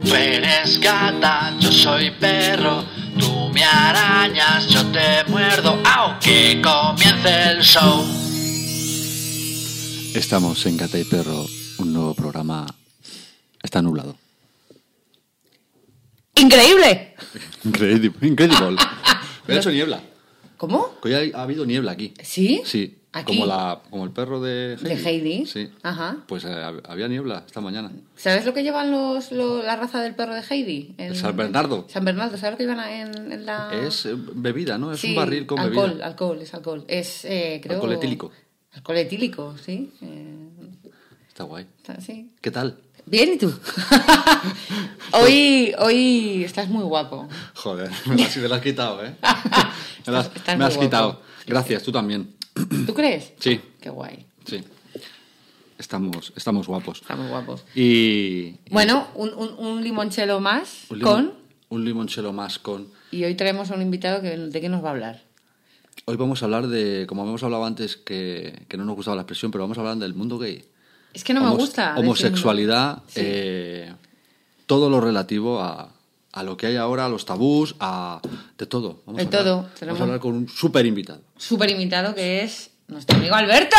Tú eres gata, yo soy perro. Tú me arañas, yo te muerdo. Aunque comience el show. Estamos en Gata y Perro, un nuevo programa. Está nublado. ¡Increíble! Increíble. incredible. Me ha hecho niebla. ¿Cómo? Que hoy ha, ha habido niebla aquí. ¿Sí? Sí. Aquí. Como, la, como el perro de Heidi. De Heidi. Sí. Ajá. Pues eh, hab- había niebla esta mañana. ¿Sabes lo que llevan los, lo- la raza del perro de Heidi? En- El San Bernardo. San Bernardo, ¿sabes lo que llevan en, en la...? Es eh, bebida, ¿no? Es Ah. Sí, un barril con alcohol, bebida. alcohol, es alcohol. Es, eh, creo... Alcohol etílico. Alcohol etílico, sí. Eh, Está guay. está- sí. ¿Qué tal? Bien, ¿y tú? hoy, hoy estás muy guapo. Joder, me la, sí, me la has quitado, ¿eh? me la, Estás- estás me la muy has guapo. quitado. Gracias, tú también. ¿Tú crees? Sí, Qué guay, sí. Estamos, estamos guapos. está muy guapo. Y. Bueno, un, un, un limonchelo más un limon- con... Un limonchelo más con. Y hoy traemos a un invitado que de qué nos va a hablar. Hoy vamos a hablar de, como hemos hablado antes, que, que no nos gustaba la expresión, pero vamos a hablar del mundo gay. Es que no me Homos- gusta. decir- Homosexualidad, Sí. eh, todo lo relativo a, a lo que hay ahora, a los tabús, a de todo. Vamos De a hablar, todo, Vamos tenemos- a hablar con un súper invitado. Súper invitado que es nuestro amigo Alberto.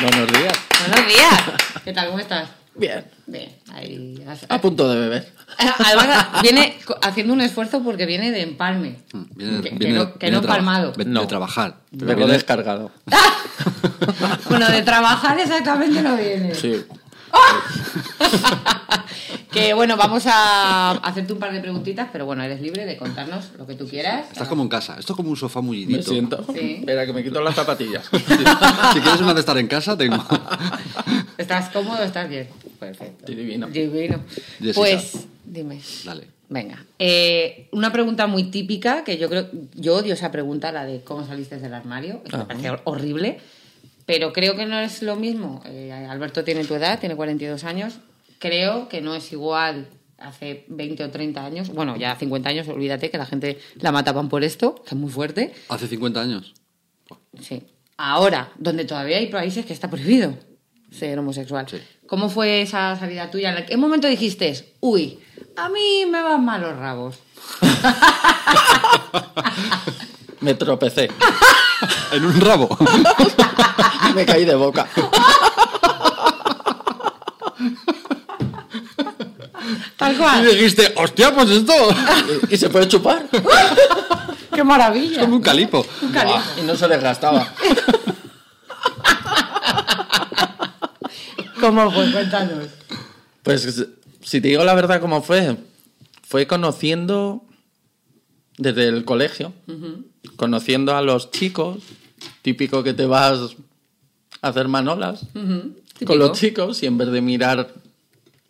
Buenos días. Buenos días. ¿Qué tal? ¿Cómo estás? Bien. Bien. Ahí. has- Ah, pues- A punto de beber. Además, viene co- haciendo un esfuerzo porque viene de empalme. Mm, Viene, que, que viene- no, que viene no traba- empalmado. ve- De, No. trabajar. pero Vengo viene- descargado. Bueno, de trabajar exactamente no viene. ¡Oh! Sí. Que bueno, vamos a hacerte un par de preguntitas, pero bueno, eres libre de contarnos lo que tú quieras. Estás como en casa. Esto es como un sofá mullidito. Me siento. Sí. Espera, que me quito las zapatillas. si quieres una de estar en casa, tengo. ¿Estás cómodo? ¿Estás bien? Perfecto. Estoy divino. Divino. Jessica. Pues, dime. Dale. Venga, eh, una pregunta muy típica que yo creo, yo odio esa pregunta, la de cómo saliste del armario, que me Ajá. parece hor- horrible, pero creo que no es lo mismo. Eh, Alberto tiene tu edad, tiene 42 años, creo que no es igual hace 20 o 30 años, bueno, ya 50 años, olvídate que la gente la mataban por esto, que es muy fuerte, Hace 50 años. sí. Ahora, donde todavía hay países que está prohibido ser homosexual. Sí. ¿Cómo fue esa salida tuya? ¿En qué momento dijiste, uy, a mí me van mal los rabos? Me tropecé. En un rabo. Me caí de boca. Tal y cual. dijiste, hostia, pues esto. ¿Y y se puede chupar? ¡Qué maravilla! Es como un calipo. Un cali- Buah, Y no se desgastaba. ¿Cómo fue? Cuéntanos. Pues si te digo la verdad cómo fue, fue conociendo desde el colegio, conociendo a los chicos, típico que te vas a hacer manolas típico. con los chicos y en vez de mirar,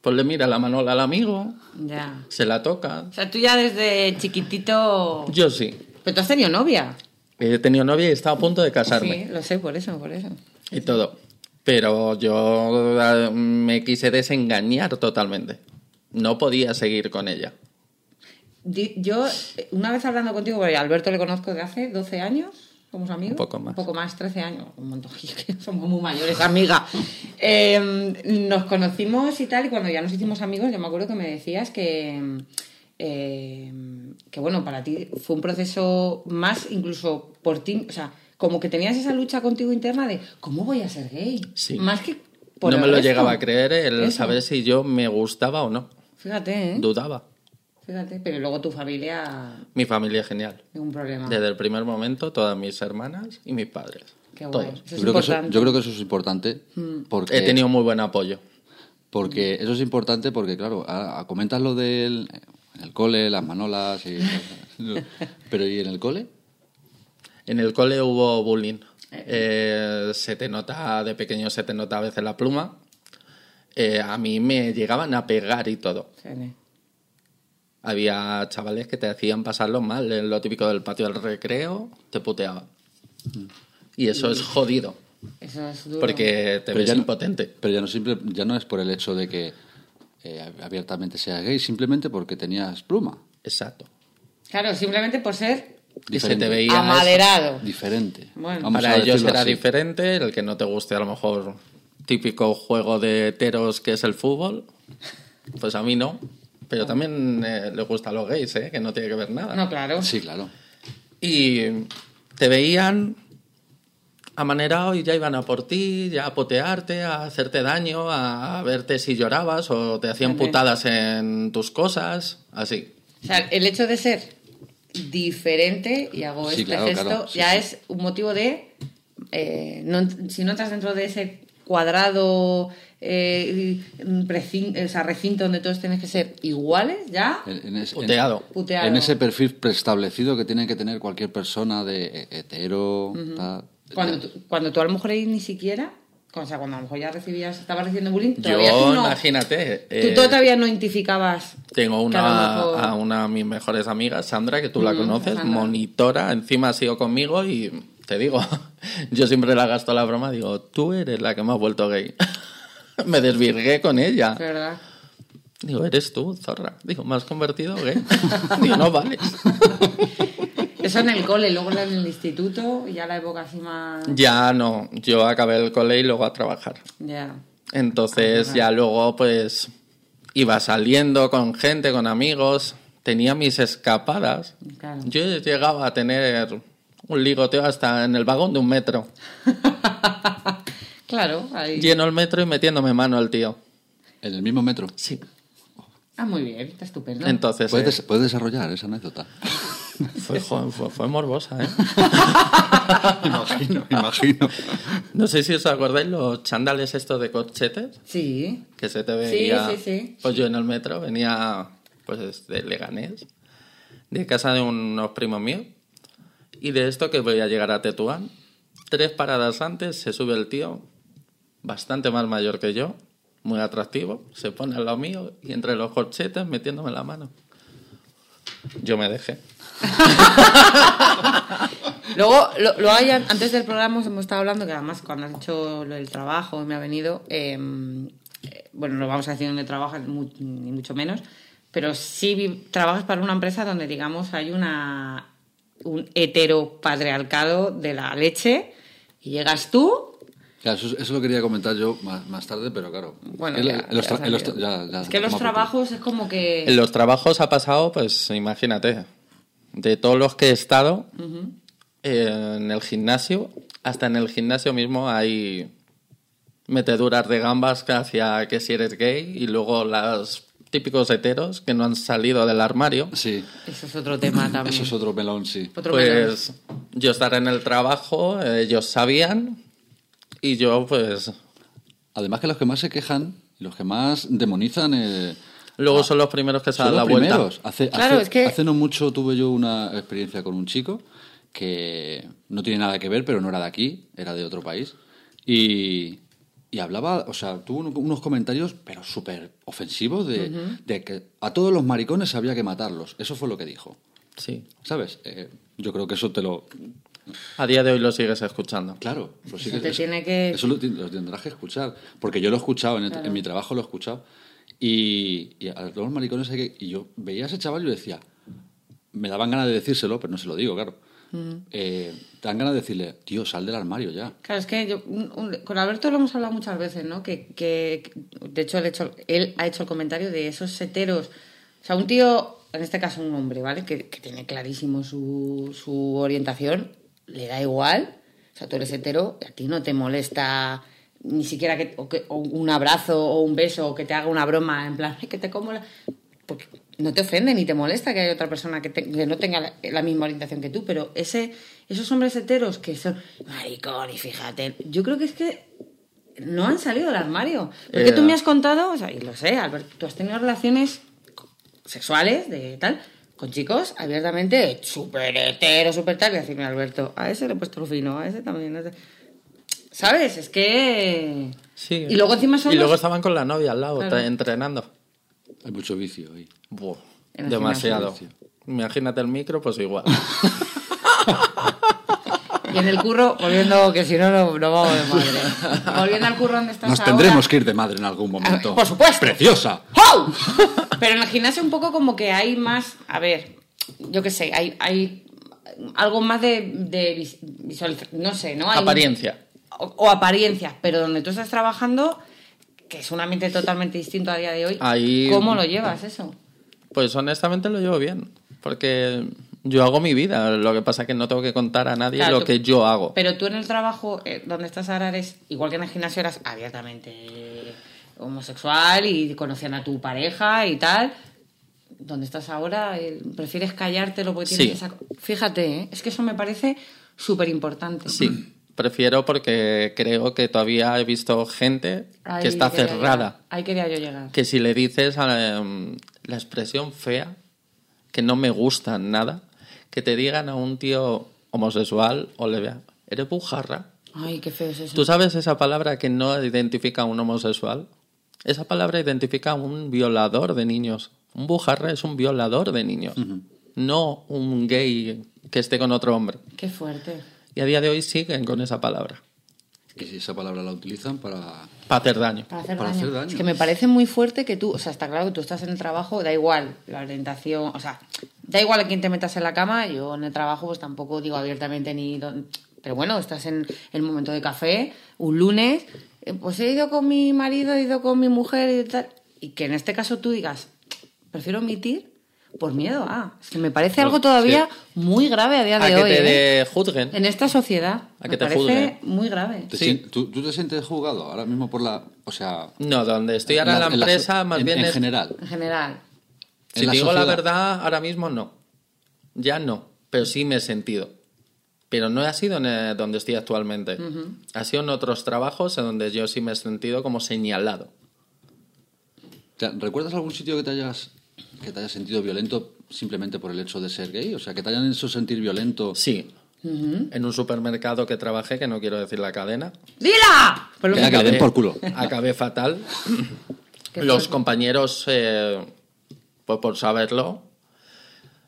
pues le mira la manola al amigo, Ya. se la toca. O sea, tú ya desde chiquitito... Yo sí, Pero tú has tenido novia. he tenido novia y estaba a punto de casarme. Sí, lo sé, por eso, por eso. y todo. Pero yo eh, me quise desengañar totalmente. No podía seguir con ella. Di- Yo, eh, una vez hablando contigo, porque a Alberto le conozco de hace 12 años, somos amigos. Un poco más. Un poco más, 13 años. Un montón, que somos muy mayores, amiga. Eh, nos conocimos y tal, y cuando ya nos hicimos amigos, yo me acuerdo que me decías que. eh, que bueno, para ti fue un proceso más, incluso por ti, o sea, como que tenías esa lucha contigo interna de ¿cómo voy a ser gay? Sí. Más que por No el me lo resto. llegaba a creer el Eso. saber si yo me gustaba o no. Fíjate, ¿eh? Dudaba. Fíjate, pero luego tu familia, Mi familia es genial. ningún problema. Desde el primer momento, todas mis hermanas y mis padres. Qué guay. todos. Eso es yo, creo que eso, importante. Hmm. yo creo que eso es importante. Porque He tenido muy buen apoyo. Porque eso es importante porque, claro, a- a- comentas lo del el cole, las manolas y... Pero ¿y en el cole? En el cole hubo bullying. Eh, se te nota, de pequeño se te nota a veces la pluma. Eh, a mí me llegaban a pegar y todo. Fíjate. Había chavales que te hacían pasarlo mal, en lo típico del patio del recreo, te puteaban. Mm. Y eso es jodido, Eso es duro. porque te ves ya no- impotente. pero ya no, simple, ya no es por el hecho de que eh, abiertamente seas gay, simplemente porque tenías pluma. Exacto. Claro, simplemente por ser Y se Diferente. te veía. eso. amaderado. Diferente. Bueno. Para ellos decirlo era así. diferente, el que no te guste a lo mejor típico juego de heteros que es el fútbol, pues a mí no. Pero también eh, le gusta a los gays, ¿eh? Que no tiene que ver nada. No, claro. Sí, claro. Y te veían amanerado y ya iban a por ti, ya a potearte, a hacerte daño, a verte si llorabas o te hacían Vale. putadas en tus cosas, así. O sea, el hecho de ser diferente, y hago Sí, este claro, gesto, claro, sí, ya sí. es un motivo de... eh, no ent- si no entras dentro de ese cuadrado, eh, precin- o sea, recinto donde todos tienes que ser iguales, ya... En- en ese- en- Puteado. Puteado. En ese perfil preestablecido que tiene que tener cualquier persona de eh, hetero, tal. Cuando, Ya. tú, cuando tú a lo mejor ahí ni siquiera... O sea, cuando a lo mejor ya recibías, estabas recibiendo bullying, todavía Yo, tú no... imagínate. tú eh, todavía no identificabas... Tengo que una, a lo mejor- a una de mis mejores amigas, Sandra, que tú la Mm, conoces, Sandra. monitora, encima ha sido conmigo y te digo, yo siempre la gasto la broma, digo, tú eres la que me ha vuelto gay. me desvirgué con ella. ¿Verdad? Digo, eres tú, zorra. Digo, me has convertido gay. digo, no vale. Eso en el cole, luego en el instituto, y ya la época así más... ya no, yo acabé el cole y luego a trabajar. Ya. Entonces ya luego pues iba saliendo con gente, con amigos, tenía mis escapadas. Claro. Yo llegaba a tener un ligoteo hasta en el vagón de un metro, claro, ahí. lleno el metro y metiéndome mano al tío. En el mismo metro. Sí. Ah, muy bien, está estupendo. Entonces Puedes, eh, des- puedes desarrollar esa anécdota. fue, jo- fue- fue morbosa, ¿eh? imagino, imagino. No sé si os acordáis los chándales estos de corchetes Sí. que se te veía. sí, sí. Pues yo en el metro venía pues de Leganés, de casa de unos primos míos, y de esto que voy a llegar a Tetuán. Tres paradas antes se sube el tío, bastante más mayor que yo, muy atractivo, se pone al lado mío y entre los corchetes metiéndome la mano. Yo me dejé. Luego, lo, lo hay- antes del programa hemos estado hablando, que además cuando has hecho lo del trabajo y me ha venido, eh, eh, bueno, no vamos a decir dónde trabajas, mu- ni mucho menos, pero sí vi- trabajas para una empresa donde, digamos, hay una un heteropatriarcado de la leche y llegas tú... Claro, eso, eso lo quería comentar yo más, más tarde, pero claro. Bueno, El- ya, en los ya tra- en los salió. tra- ya- ya- es que los toma por culo. trabajos es como que... En los trabajos ha pasado, pues imagínate, de todos los que he estado, eh, en el gimnasio, hasta en el gimnasio mismo hay meteduras de gambas que hacia que si eres gay y luego los típicos heteros que no han salido del armario. Sí, Eso es otro tema también. eso es otro melón, sí. Otro melón. pues yo estaré en el trabajo, eh, ellos sabían y yo pues... Además que los que más se quejan, los que más demonizan... eh, Luego son los primeros que se Son dan la los vuelta. primeros. Hace, Claro, hace- es que- hace no mucho tuve yo una experiencia con un chico que no tiene nada que ver, pero no era de aquí, era de otro país. Y, y hablaba, o sea, tuvo un- unos comentarios, pero súper ofensivos, de, de que a todos los maricones había que matarlos. Eso fue lo que dijo. Sí. ¿Sabes? Eh, yo creo que eso te lo. A día de hoy lo sigues escuchando. Claro, pues sí Eso que- te tiene que- eso lo, ti- lo tendrás que escuchar. Porque yo lo he escuchado, en, el- en mi trabajo lo he escuchado. Y, y a los maricones hay que. Y yo veía a ese chaval y yo decía. Me daban ganas de decírselo, pero no se lo digo, claro. Mm. Eh, te dan ganas de decirle, tío, sal del armario ya. Claro, es que yo, un- un- con Alberto lo hemos hablado muchas veces, ¿no? Que, que que- de hecho, él, hecho- él ha hecho el comentario de esos heteros. O sea, un tío, en este caso un hombre, ¿vale? Que, que tiene clarísimo su, su orientación, le da igual. O sea, tú eres hetero, a ti no te molesta ni siquiera que, o que- o un abrazo o un beso o que te haga una broma en plan, "Ay, que te como la... Porque no te ofende ni te molesta que haya otra persona que, te- que no tenga la, la misma orientación que tú, pero ese, esos hombres heteros que son maricón y fíjate, yo creo que es que no han salido del armario. Porque Eh. tú me has contado, o sea, y lo sé, Albert, tú has tenido relaciones sexuales, de tal, con chicos abiertamente súper hetero, súper tal, y decirme, Alberto, a ese le he puesto fino, a ese también. a ese". ¿Sabes? Es que... Sí. Y luego encima son Y luego los- estaban con la novia al lado, Claro. tra- entrenando. Hay mucho vicio ahí. Buah, En el demasiado. gimnasio. Imagínate el micro, pues igual. Y en el curro, volviendo, que si no, no, no vamos de madre. Volviendo al curro donde estás Nos ahora. tendremos que ir de madre en algún momento. Ah, por supuesto. ¡Preciosa! ¡Hau! Pero en el gimnasio un poco como que hay más, a ver, yo qué sé, hay, hay algo más de, de visualización, no sé, ¿no? Hay- Apariencia. O, o apariencias, pero donde tú estás trabajando, que es un ambiente totalmente distinto a día de hoy, Ahí- ¿cómo lo llevas eso? Pues honestamente lo llevo bien, porque yo hago mi vida, lo que pasa es que no tengo que contar a nadie Claro, lo tú- que yo hago. Pero tú en el trabajo eh, donde estás ahora eres, igual que en el gimnasio, eras abiertamente homosexual y conocían a tu pareja y tal. Donde estás ahora, eh, prefieres callártelo porque tienes Sí. esa... Fíjate, ¿eh? es que eso me parece súper importante. Sí, prefiero porque creo que todavía he visto gente que está cerrada. Ahí quería yo llegar. Que si le dices a la, em, la expresión fea, que no me gusta nada, que te digan a un tío homosexual o lesbiana, eres pujarra. Ay, qué feo es eso. ¿Tú sabes esa palabra que no identifica a un homosexual? Esa palabra identifica a un violador de niños. Un bujarra es un violador de niños, no un gay que esté con otro hombre. Qué fuerte. Y a día de hoy siguen con esa palabra, Y si esa palabra la utilizan para... para hacer daño. Para hacer, Para daño. hacer daño. Es que me parece muy fuerte que tú, o sea, está claro que tú estás en el trabajo, da igual la orientación, o sea, da igual a quién te metas en la cama, yo en el trabajo pues tampoco digo abiertamente ni... don- Pero bueno, estás en el momento de café, un lunes, eh, pues he ido con mi marido, he ido con mi mujer y tal, y que en este caso tú digas, prefiero omitir por miedo a... Es que me parece algo Sí. todavía muy grave a día de A que hoy. te ¿eh? de- juzguen. En esta sociedad A que me te parece juzguen. muy grave. ¿Te Sí. sien- ¿Tú, tú te sientes juzgado ahora mismo por la... O sea... No, donde estoy ahora en la, empresa, más en- bien En es- general. En general. Si en la te digo la sociedad. verdad, ahora mismo no. Ya no, pero sí me he sentido. Pero no ha sido en eh, donde estoy actualmente. Ha sido en otros trabajos en donde yo sí me he sentido como señalado. ¿Te- ¿Recuerdas algún sitio que te hayas que te hayas sentido violento simplemente por el hecho de ser gay? O sea, que te hayan hecho sentir violento. Sí. En un supermercado que trabajé, que no quiero decir la cadena. ¡Dila! Por lo Venga, que le den por culo. Acabé fatal. Qué Los fuerte. compañeros, eh, pues por saberlo,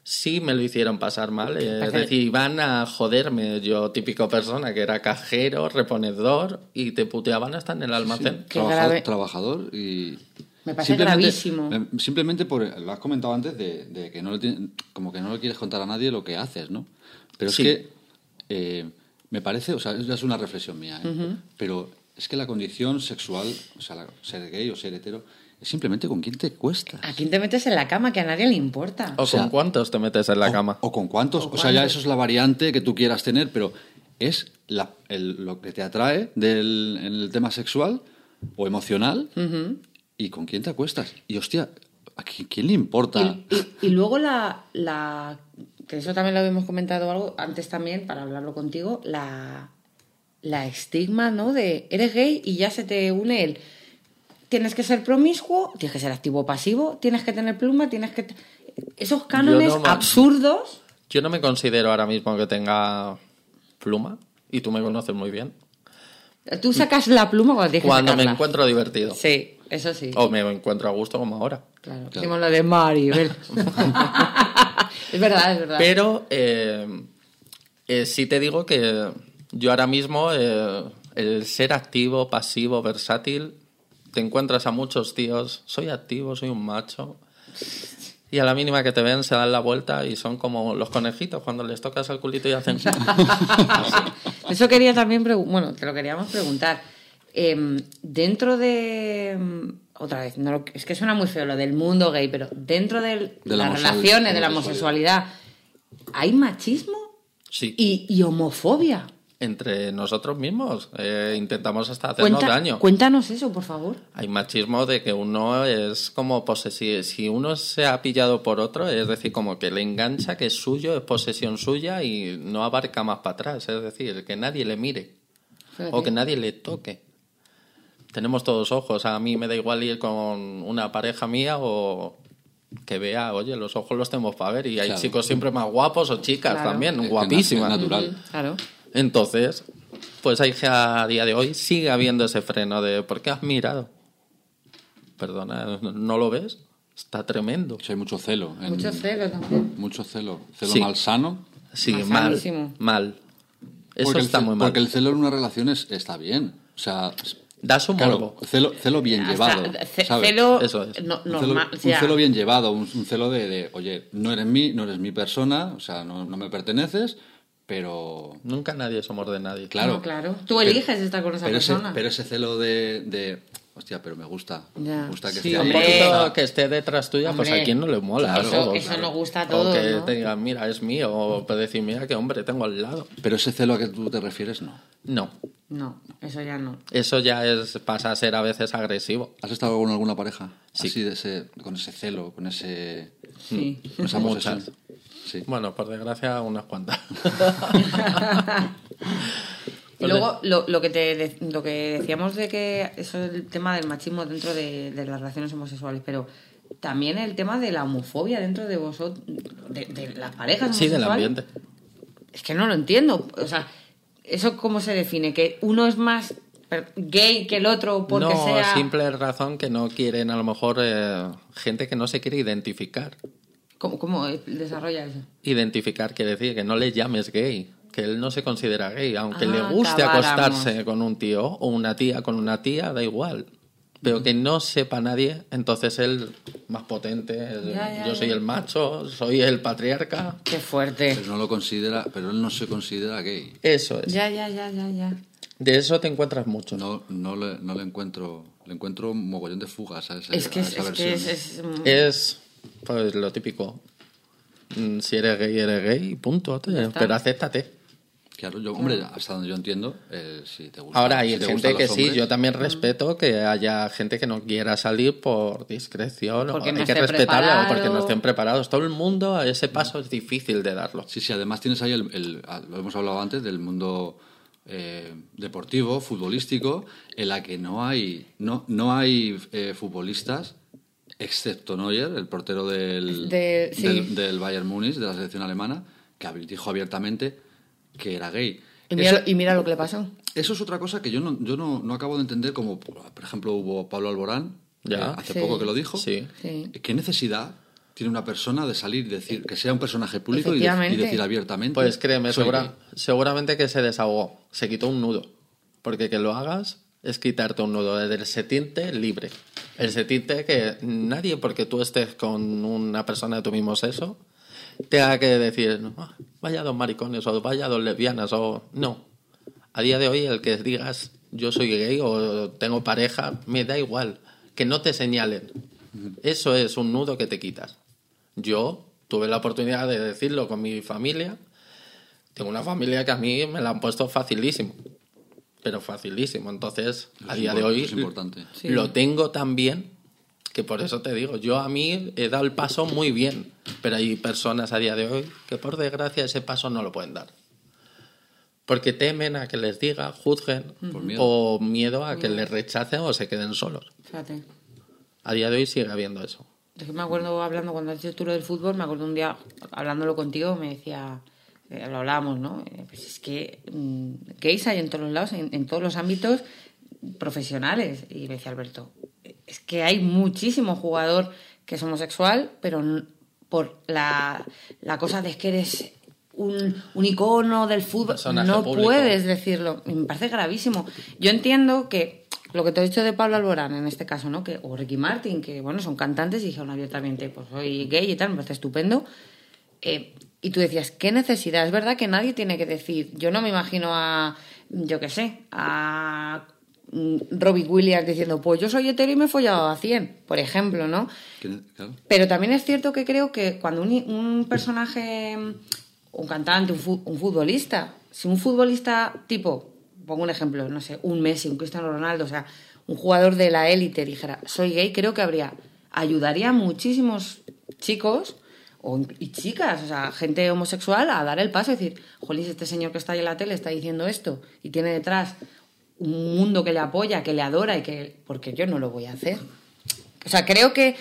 sí me lo hicieron pasar mal. eh, Es Ajá. decir, iban a joderme. Yo, típico persona que era cajero, reponedor, y te puteaban hasta en el almacén. Qué Trabaja- grave. Trabajador y... Me parece gravísimo. eh, Simplemente por... Lo has comentado antes de, de que no le tien- como que no le quieres contar a nadie lo que haces, ¿no? Pero Sí. es que eh, me parece... O sea, es- es una reflexión mía, ¿eh? Pero es que la condición sexual, o sea, la- ser gay o ser hetero, es simplemente con quién te cuesta. ¿A quién te metes en la cama? Que a nadie le importa. ¿O, sea, con cuántos te metes en la o, cama? o con cuántos. ¿O O, sea, ya cuántos? eso es la variante que tú quieras tener, pero es la- el- lo que te atrae del, en el tema sexual o emocional y con quién te acuestas. Y hostia, ¿a qui- quién, le importa? Y, y- y luego la, la- Que eso también lo habíamos comentado algo antes también, para hablarlo contigo, la, la estigma, ¿no? De eres gay y ya se te une el... Tienes que ser promiscuo, tienes que ser activo o pasivo, tienes que tener pluma, tienes que... t- Esos cánones no, ma- absurdos... Yo no me considero ahora mismo que tenga pluma, y tú me conoces muy bien. Tú sacas la pluma cuando tienes que Cuando me sacarla. encuentro divertido. Sí, eso sí. O me encuentro a gusto como ahora. Claro. Claro. Hicimos lo de Mario. es verdad, es verdad. Pero eh, eh, sí te digo que yo ahora mismo, eh, el ser activo, pasivo, versátil, te encuentras a muchos tíos, soy activo, soy un macho. Y a la mínima que te ven se dan la vuelta y son como los conejitos cuando les tocas el culito y hacen... Eso quería también, pregu- bueno, te lo queríamos preguntar. Em, dentro de. em, Otra vez, no lo- es que suena muy feo lo del mundo gay, pero dentro del- De de la las homosexual- relaciones, de la homosexualidad, ¿hay machismo Sí, y, y homofobia? entre nosotros mismos eh, intentamos hasta hacernos Cuenta- daño. Cuéntanos eso, por favor. Hay machismo de que uno es como posesivo. Si uno se ha pillado por otro, es decir, como que le engancha que es suyo, es posesión suya y no abarca más para atrás. Es decir, que nadie le mire o que nadie le toque. Tenemos todos ojos. A mí me da igual ir con una pareja mía o que vea, oye, los ojos los tenemos para ver. Y hay Claro. chicos siempre más guapos o chicas Claro. también, Es que guapísimas. na- es natural. Claro. Entonces, pues hay que a día de hoy sigue habiendo ese freno de ¿por qué has mirado? Perdona, ¿no lo ves? Está tremendo. O sea, hay mucho celo. en- Mucho celo también. Mucho celo. Celo Sí. malsano. Sí, Ah, mal, sanísimo. mal. Eso Porque el está ce- muy mal. Porque el celo en una relación es- está bien. O sea, Das un claro, morbo. celo, celo bien llevado. Hasta ce- ¿sabes? celo Eso es. no- Un normal. celo- o sea, un celo bien llevado, un, un celo de, de, oye, no eres mí, no eres mi persona, o sea, no, no me perteneces, pero... Nunca nadie somos de nadie. Claro. No, claro. Tú Pero- eliges estar con esa pero ese- persona. pero ese celo de, de, Hostia, pero me gusta. Ya. Me gusta que Sí, esté un hombre. poquito que esté detrás tuya, pues Hombre. a quien no le mola. Claro, algo, eso- eso nos gusta a O todos, que ¿no? te digan, mira, es mío. O puede decir, mira, qué hombre tengo al lado. Pero ese celo a que tú te refieres, no. No, No, eso ya no. Mm. eso ya es pasa a ser a veces agresivo. ¿Has estado con alguna pareja? Sí. Así de ese, con ese celo, con ese. Sí. con esa Muchas. posesión. Sí. Bueno, por desgracia, unas cuantas. Y luego lo, lo que te de- lo que decíamos de que eso es el tema del machismo dentro de, de las relaciones homosexuales, pero también el tema de la homofobia dentro de vosotros, de, de las parejas Sí, del homosexuales. ambiente. Es que no lo entiendo. O sea, ¿eso cómo se define? ¿Que uno es más per- gay que el otro porque no, sea...? simple razón que no quieren, a lo mejor, eh, gente que no se quiere identificar. ¿Cómo, cómo desarrolla eso? Identificar quiere decir que no le llames gay, que él no se considera gay, aunque Ah, le guste acabáramos. acostarse con un tío o una tía con una tía, da igual. Pero que no sepa nadie, entonces él más potente, el- Ya, ya, yo soy ya. el macho, soy el patriarca. Qué fuerte. Pero no lo considera, pero él no se considera gay. Eso es. Ya, ya, ya, ya, ya. De eso te encuentras mucho. No, no, le, no le encuentro. Le encuentro un mogollón de fugas a, ese- Es que a es, esa es versión. que es, es- mm. Es pues lo típico. Mm, Si eres gay, eres gay, punto. te- está. Pero acéptate. Claro, yo, hombre, hasta donde yo entiendo, eh, si te gusta. Ahora hay si te gente gustan que los sí, hombres, yo también respeto que haya gente que no quiera salir por discreción, o Porque hay no que esté respetarlo, preparado. porque no estén preparados. Todo el mundo a ese paso es difícil de darlo. Sí, sí, además tienes ahí el, el- ah, lo hemos hablado antes del mundo eh, deportivo, futbolístico, en la que no hay no, no hay eh, futbolistas excepto Neuer, el portero del, De- sí. del, del Bayern Múnich, de la selección alemana, que ab- dijo abiertamente que era gay. Y, mira, Eso- lo- y mira lo que le pasó. eso es otra cosa que yo no, yo no, no acabo de entender, como por ejemplo hubo Pablo Alborán, Ya. eh, hace Sí. poco que lo dijo. Sí. Sí. ¿Qué necesidad tiene una persona de salir y decir que sea un personaje público y, de- y Efectivamente. decir abiertamente? Pues créeme, soy segura- gay? seguramente que se desahogó, se quitó un nudo. Porque que lo hagas es quitarte un nudo desde el setinte libre. El setinte que nadie, porque tú estés con una persona de tu mismo sexo, tenga que decir, "No, ah, vaya dos maricones o vaya dos lesbianas o no. A día de hoy el que digas yo soy gay o tengo pareja, me da igual, que no te señalen. Eso es un nudo que te quitas. Yo tuve la oportunidad de decirlo con mi familia tengo una familia que a mí me la han puesto facilísimo. Pero facilísimo. Entonces, Eso a es día impor- de hoy eso es importante. Sí. lo tengo tan bien que por eso te digo, yo a mí he dado el paso muy bien. Pero hay personas a día de hoy que por desgracia ese paso no lo pueden dar. Porque temen a que les diga, juzguen Por miedo. o miedo a que les rechacen o se queden solos. Fíjate. A día de hoy sigue habiendo eso. Es que me acuerdo hablando, cuando has dicho tú lo del fútbol, me acuerdo un día hablándolo contigo, me decía, eh, lo hablábamos, ¿no? Eh, Pues es que mm, gays hay en todos los lados, en, en todos los ámbitos profesionales. Y me decía Alberto, es que hay muchísimo jugador que es homosexual, pero n- por la, la cosa de que eres un, un icono del fútbol, Personaje no público. puedes es decirlo, me parece gravísimo. Yo entiendo que lo que te he dicho de Pablo Alborán en este caso, ¿no? Que, o Ricky Martin, que bueno, son cantantes y dijeron abiertamente, pues soy gay y tal, me parece estupendo. Eh, y tú decías, ¿qué necesidad? Es verdad que nadie tiene que decir, yo no me imagino a, yo qué sé, a mm, Robbie Williams diciendo, pues yo soy hetero y me he follado a 100, por ejemplo, ¿no? Que- claro. Pero también es cierto que creo que cuando un, un personaje, un cantante, un, fu- un futbolista, si un futbolista tipo, pongo un ejemplo, no sé, un Messi, un Cristiano Ronaldo, o sea, un jugador de la élite dijera, soy gay, creo que habría, ayudaría a muchísimos chicos o inc- y chicas, o sea, gente homosexual a dar el paso y decir, jolín, si este señor que está ahí en la tele está diciendo esto y tiene detrás un mundo que le apoya, que le adora y que, porque yo no lo voy a hacer. O sea, creo que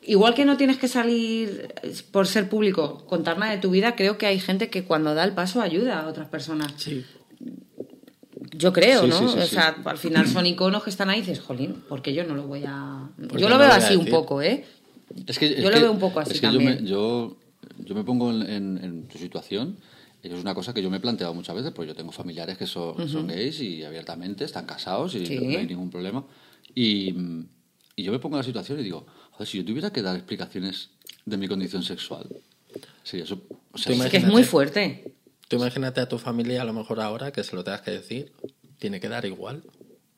igual que no tienes que salir eh, por ser público, contar nada de tu vida, creo que hay gente que cuando da el paso ayuda a otras personas. Sí. Yo creo, Sí, ¿no? sí, sí, o sí. sea, al final son iconos que están ahí y dices, jolín, porque yo no lo voy a... Porque Yo lo no veo lo voy a así un decir. poco, ¿eh? Es que- es yo lo que- veo un poco así es que también. Yo me, yo, yo me pongo en, en- en tu situación. y Es una cosa que yo me he planteado muchas veces, porque yo tengo familiares que son, que son gays y abiertamente están casados y Sí. no hay ningún problema. Y, mm, y yo me pongo en la situación y digo, joder, si yo tuviera que dar explicaciones de mi condición sexual, sería eso. O sea, es- Es que Tú es Imagínate. muy fuerte. Tú imagínate a tu familia a lo mejor ahora que se lo tengas que decir, tiene que dar igual,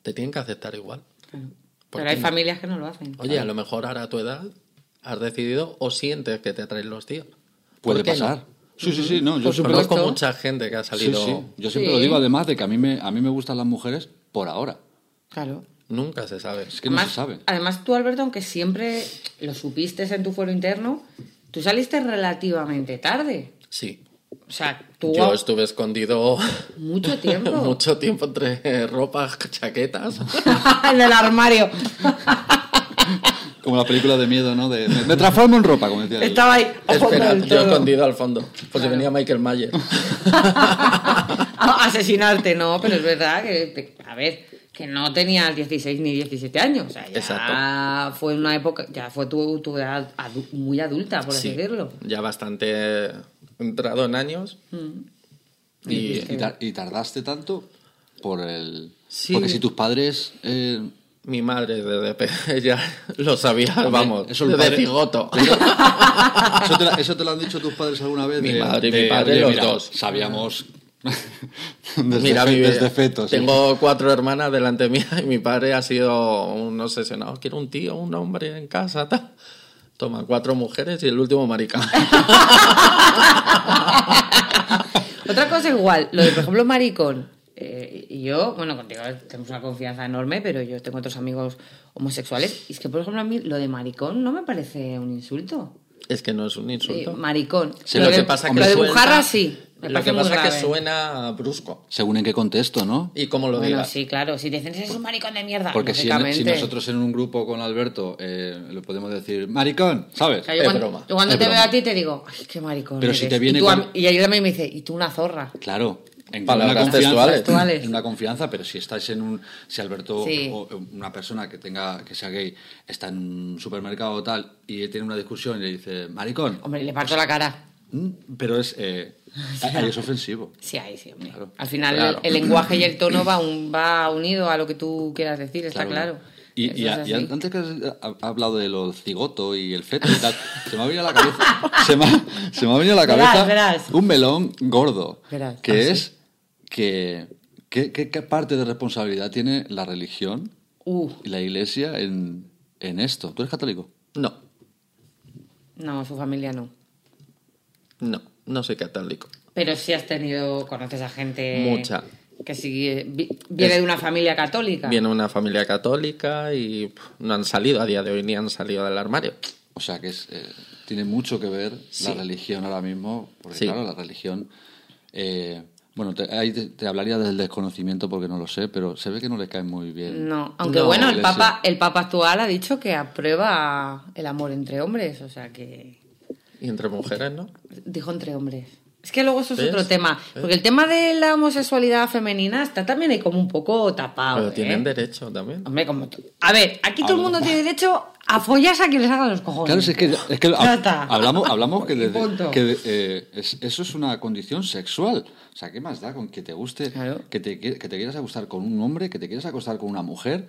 te tienen que aceptar igual. ¿Por Pero qué hay no? familias que no lo hacen. Oye, a lo mejor ahora a tu edad has decidido o sientes que te atraen los tíos. ¿Por Puede qué no? pasar. Sí, sí, sí. No, yo Por supuesto. Conozco mucha gente que ha Sí, salido. sí. Yo siempre Sí. lo digo, además de que a mí me, a mí me gustan las mujeres por ahora. Claro. Nunca se sabe. Es que no se Además- sabe. Además, tú, Alberto, aunque siempre lo supiste en tu fuero interno, tú saliste relativamente tarde. Sí. O sea, tú Yo estuve escondido mucho tiempo. mucho tiempo entre ropas, chaquetas. en el armario. Como la película de miedo, ¿no? De, me, me transformo en ropa, como decía. él. Estaba ahí. ojo con Espera, el yo todo. escondido al fondo. Pues si venía Michael Mayer. A- Asesinarte, no, pero es verdad que, a ver, que no tenía 16 ni 17 años. O sea, ya Exacto. fue una época, ya fue tu, tu edad adu- muy adulta, por así Sí, decirlo. ya bastante entrado en años. Mm. Y Y, tar- y tardaste tanto por el... Sí. Porque si tus padres... eh, mi madre desde pe- ella lo sabía, vamos, eso el desde padre- cigoto. ¿Eso te, la- eso te lo han dicho tus padres alguna vez? Mi madre y mi padre, oye, los mira, dos. Sabíamos... desde, Mira, fe- mi- desde fetos. sí. Tengo cuatro hermanas delante mía y mi padre ha sido un obsesionado. Quiero un tío, un hombre en casa, tal. Toma, cuatro mujeres y el último marica. Otra cosa igual, lo de, por ejemplo, maricón. Eh, y yo, bueno, contigo tenemos una confianza enorme, pero yo tengo otros amigos homosexuales. Y es que, por ejemplo, a mí lo de maricón no me parece un insulto. es que no es un Sí, insulto. maricón. Sí, lo de- que pasa que lo de suelta- bujarra sí. me Lo parece que muy pasa que grave. suena brusco. Según en qué contexto, ¿no? Y como lo Bueno, digas. sí, claro. Si te dicen, es un maricón de mierda. Porque si, en- si lógicamente. nosotros en un grupo con Alberto eh, le podemos decir, maricón, ¿sabes? O sea, yo Es cuando, broma, yo cuando es te broma. veo a ti te digo, ay, qué maricón. Pero si eres". te viene y, tú a- con- y ella también me dice, y tú una zorra. Claro. En Palabras una confianza- textuales. Textuales. En una confianza, pero si estáis en un. Si Alberto Sí. o una persona que tenga que sea gay está en un supermercado o tal y tiene una discusión y le dice, maricón, Hombre, le parto la cara. mm, pero es. eh, ahí es ofensivo. Sí, ahí sí, hombre. Claro. Al final Claro. el, el lenguaje y el tono va, un- va unido a lo que tú quieras decir, está claro. Y, y Eso a- es y así. antes que has ha- hablado de los cigoto y el feto y tal, se me ha venido a la cabeza. se, me ha, se me ha venido a la Verás, cabeza verás. un melón gordo. Verás. Que Ah, es que. ¿qué- qué, qué parte de responsabilidad tiene la religión Uh, y la iglesia en, en esto? ¿Tú eres católico? No, no, su familia no. no, no soy católico. Pero sí has tenido, conoces a gente... Mucha. Que sí, eh, vi- viene Es- de una familia católica. Viene una familia católica y pff, no han salido, a día de hoy ni han salido del armario. O sea, que es, eh, tiene mucho que ver la Sí. religión ahora mismo, porque Sí. claro, la religión... eh, bueno, te, ahí te, te hablaría del desconocimiento porque no lo sé, pero se ve que no le cae muy bien. No, aunque No, bueno, el iglesia. papa, el papa actual ha dicho que aprueba el amor entre hombres, o sea que... Y entre mujeres, ¿no? Dijo entre hombres. Es que luego eso es ¿Ves? otro tema. Porque el tema de la homosexualidad femenina está también ahí como un poco tapado. Pero ¿eh? tienen derecho también. Hombre, como tú. A ver, aquí todo el mundo tiene derecho a follarse a quien les haga los cojones. Claro, si es que, es que Ya ha- está. hablamos, hablamos que, desde- Punto. que de- eh, es- eso es una condición sexual. O sea, ¿qué más da con que te guste, Claro. que, te, qui- que te quieras acostar con un hombre, que te quieras acostar con una mujer?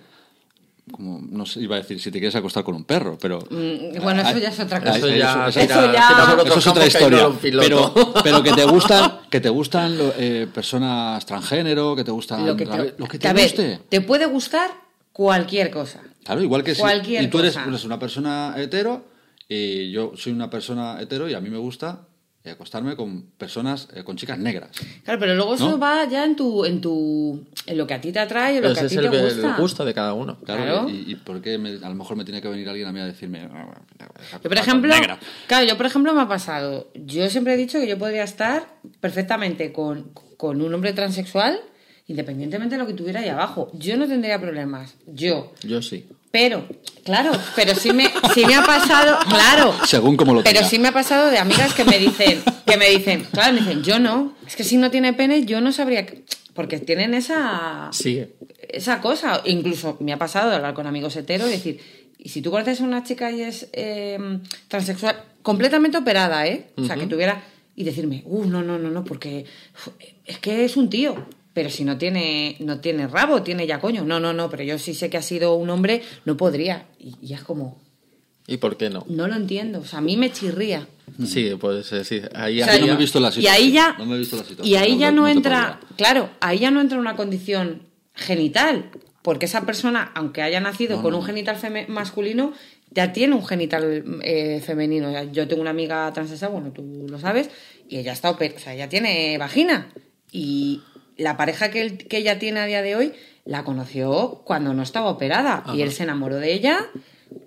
Como, no sé, iba a decir si te quieres acostar con un perro, pero... Mm, bueno, eso ya es otra cosa. Eso Ay, ya, eso- tira- eso ya- tira por Eso otro es otra campo que ahí no historia. lo Pero, piloto. pero que te gustan, que te gustan lo- eh, personas transgénero, que te gustan Lo que tra- te, lo que a te ver, guste. te puede gustar cualquier cosa. Claro, igual que si Cualquier y tú eres, cosa. eres una persona hetero y yo soy una persona hetero y a mí me gusta eh, acostarme con personas, eh, con chicas negras. Claro, pero luego eso ¿No? va ya en tu, en tu, en lo que a ti te atrae, en lo Pero que ese a es ti el, te el gusta. gusto de cada uno. Claro. Claro. Y, y por qué me- a lo mejor me tiene que venir alguien a mí a decirme... "Ah, bueno, Yo, por ejemplo, negra". claro, yo, por ejemplo, me ha pasado. Yo siempre he dicho que yo podría estar perfectamente con, con un hombre transexual, independientemente de lo que tuviera ahí abajo. Yo no tendría problemas. Yo. Yo sí. Pero, claro, pero sí me, sí me ha pasado, claro. Según como lo Pero tenga. sí me ha pasado de amigas que me dicen, que me dicen, claro, me dicen, yo no. Es que si no tiene pene, yo no sabría. que-". Porque tienen esa Sigue. esa cosa. Incluso me ha pasado de hablar con amigos heteros y decir, y si tú conoces a una chica y es eh, transexual, completamente operada, ¿eh? O sea, que tuviera. Y decirme, uh, no, no, no, no, porque uf, es que es un tío. Pero si no tiene, no tiene rabo, tiene ya coño. No, no, no, pero yo sí sé que ha sido un hombre, no podría. Y, y es como, ¿Y por qué no? no lo entiendo. O sea, a mí me chirría. Sí, pues eh, sí. Ahí Mm. O sea, había- no me he visto la y situación. ahí ya, No me he visto la situación, y ahí no, ya no- no, no te entra, claro, ahí ya no entra una condición genital. Porque esa persona, aunque haya nacido No, con no. un genital feme- masculino, ya tiene un genital eh, femenino. Ya- Yo tengo una amiga transexual, bueno, tú lo sabes, y ella está oper- o sea, ella tiene vagina. Y la pareja que, él- que ella tiene a día de hoy la conoció cuando no estaba operada. Y él se enamoró de ella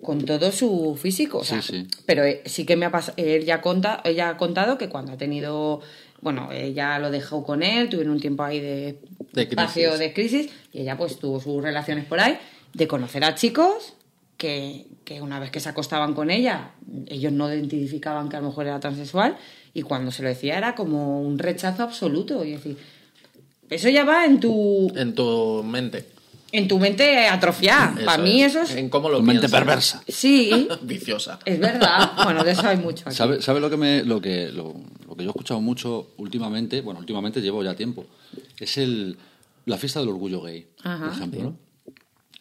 con todo su físico. o sea, Sí, sí. pero eh, sí que me ha pasado. Ella, conta, ella ha contado que cuando ha tenido. Bueno, ella lo dejó con él, tuvieron un tiempo ahí de, De espacio crisis. de crisis y ella pues tuvo sus relaciones por ahí, de conocer a chicos que, que una vez que se acostaban con ella, ellos no identificaban que a lo mejor era transexual y cuando se lo decía era como un rechazo absoluto y decir, eso ya va en tu, En tu mente. en tu mente atrofiada. Eso Para mí es. eso es... En cómo lo Tu mente piensas. perversa. Sí, Viciosa. es verdad. Bueno, de eso hay mucho. aquí. ¿Sabes sabe lo que me lo que lo, lo que yo he escuchado mucho últimamente? Bueno, últimamente llevo ya tiempo. Es el la fiesta del orgullo gay, Ajá. por ejemplo. ¿no?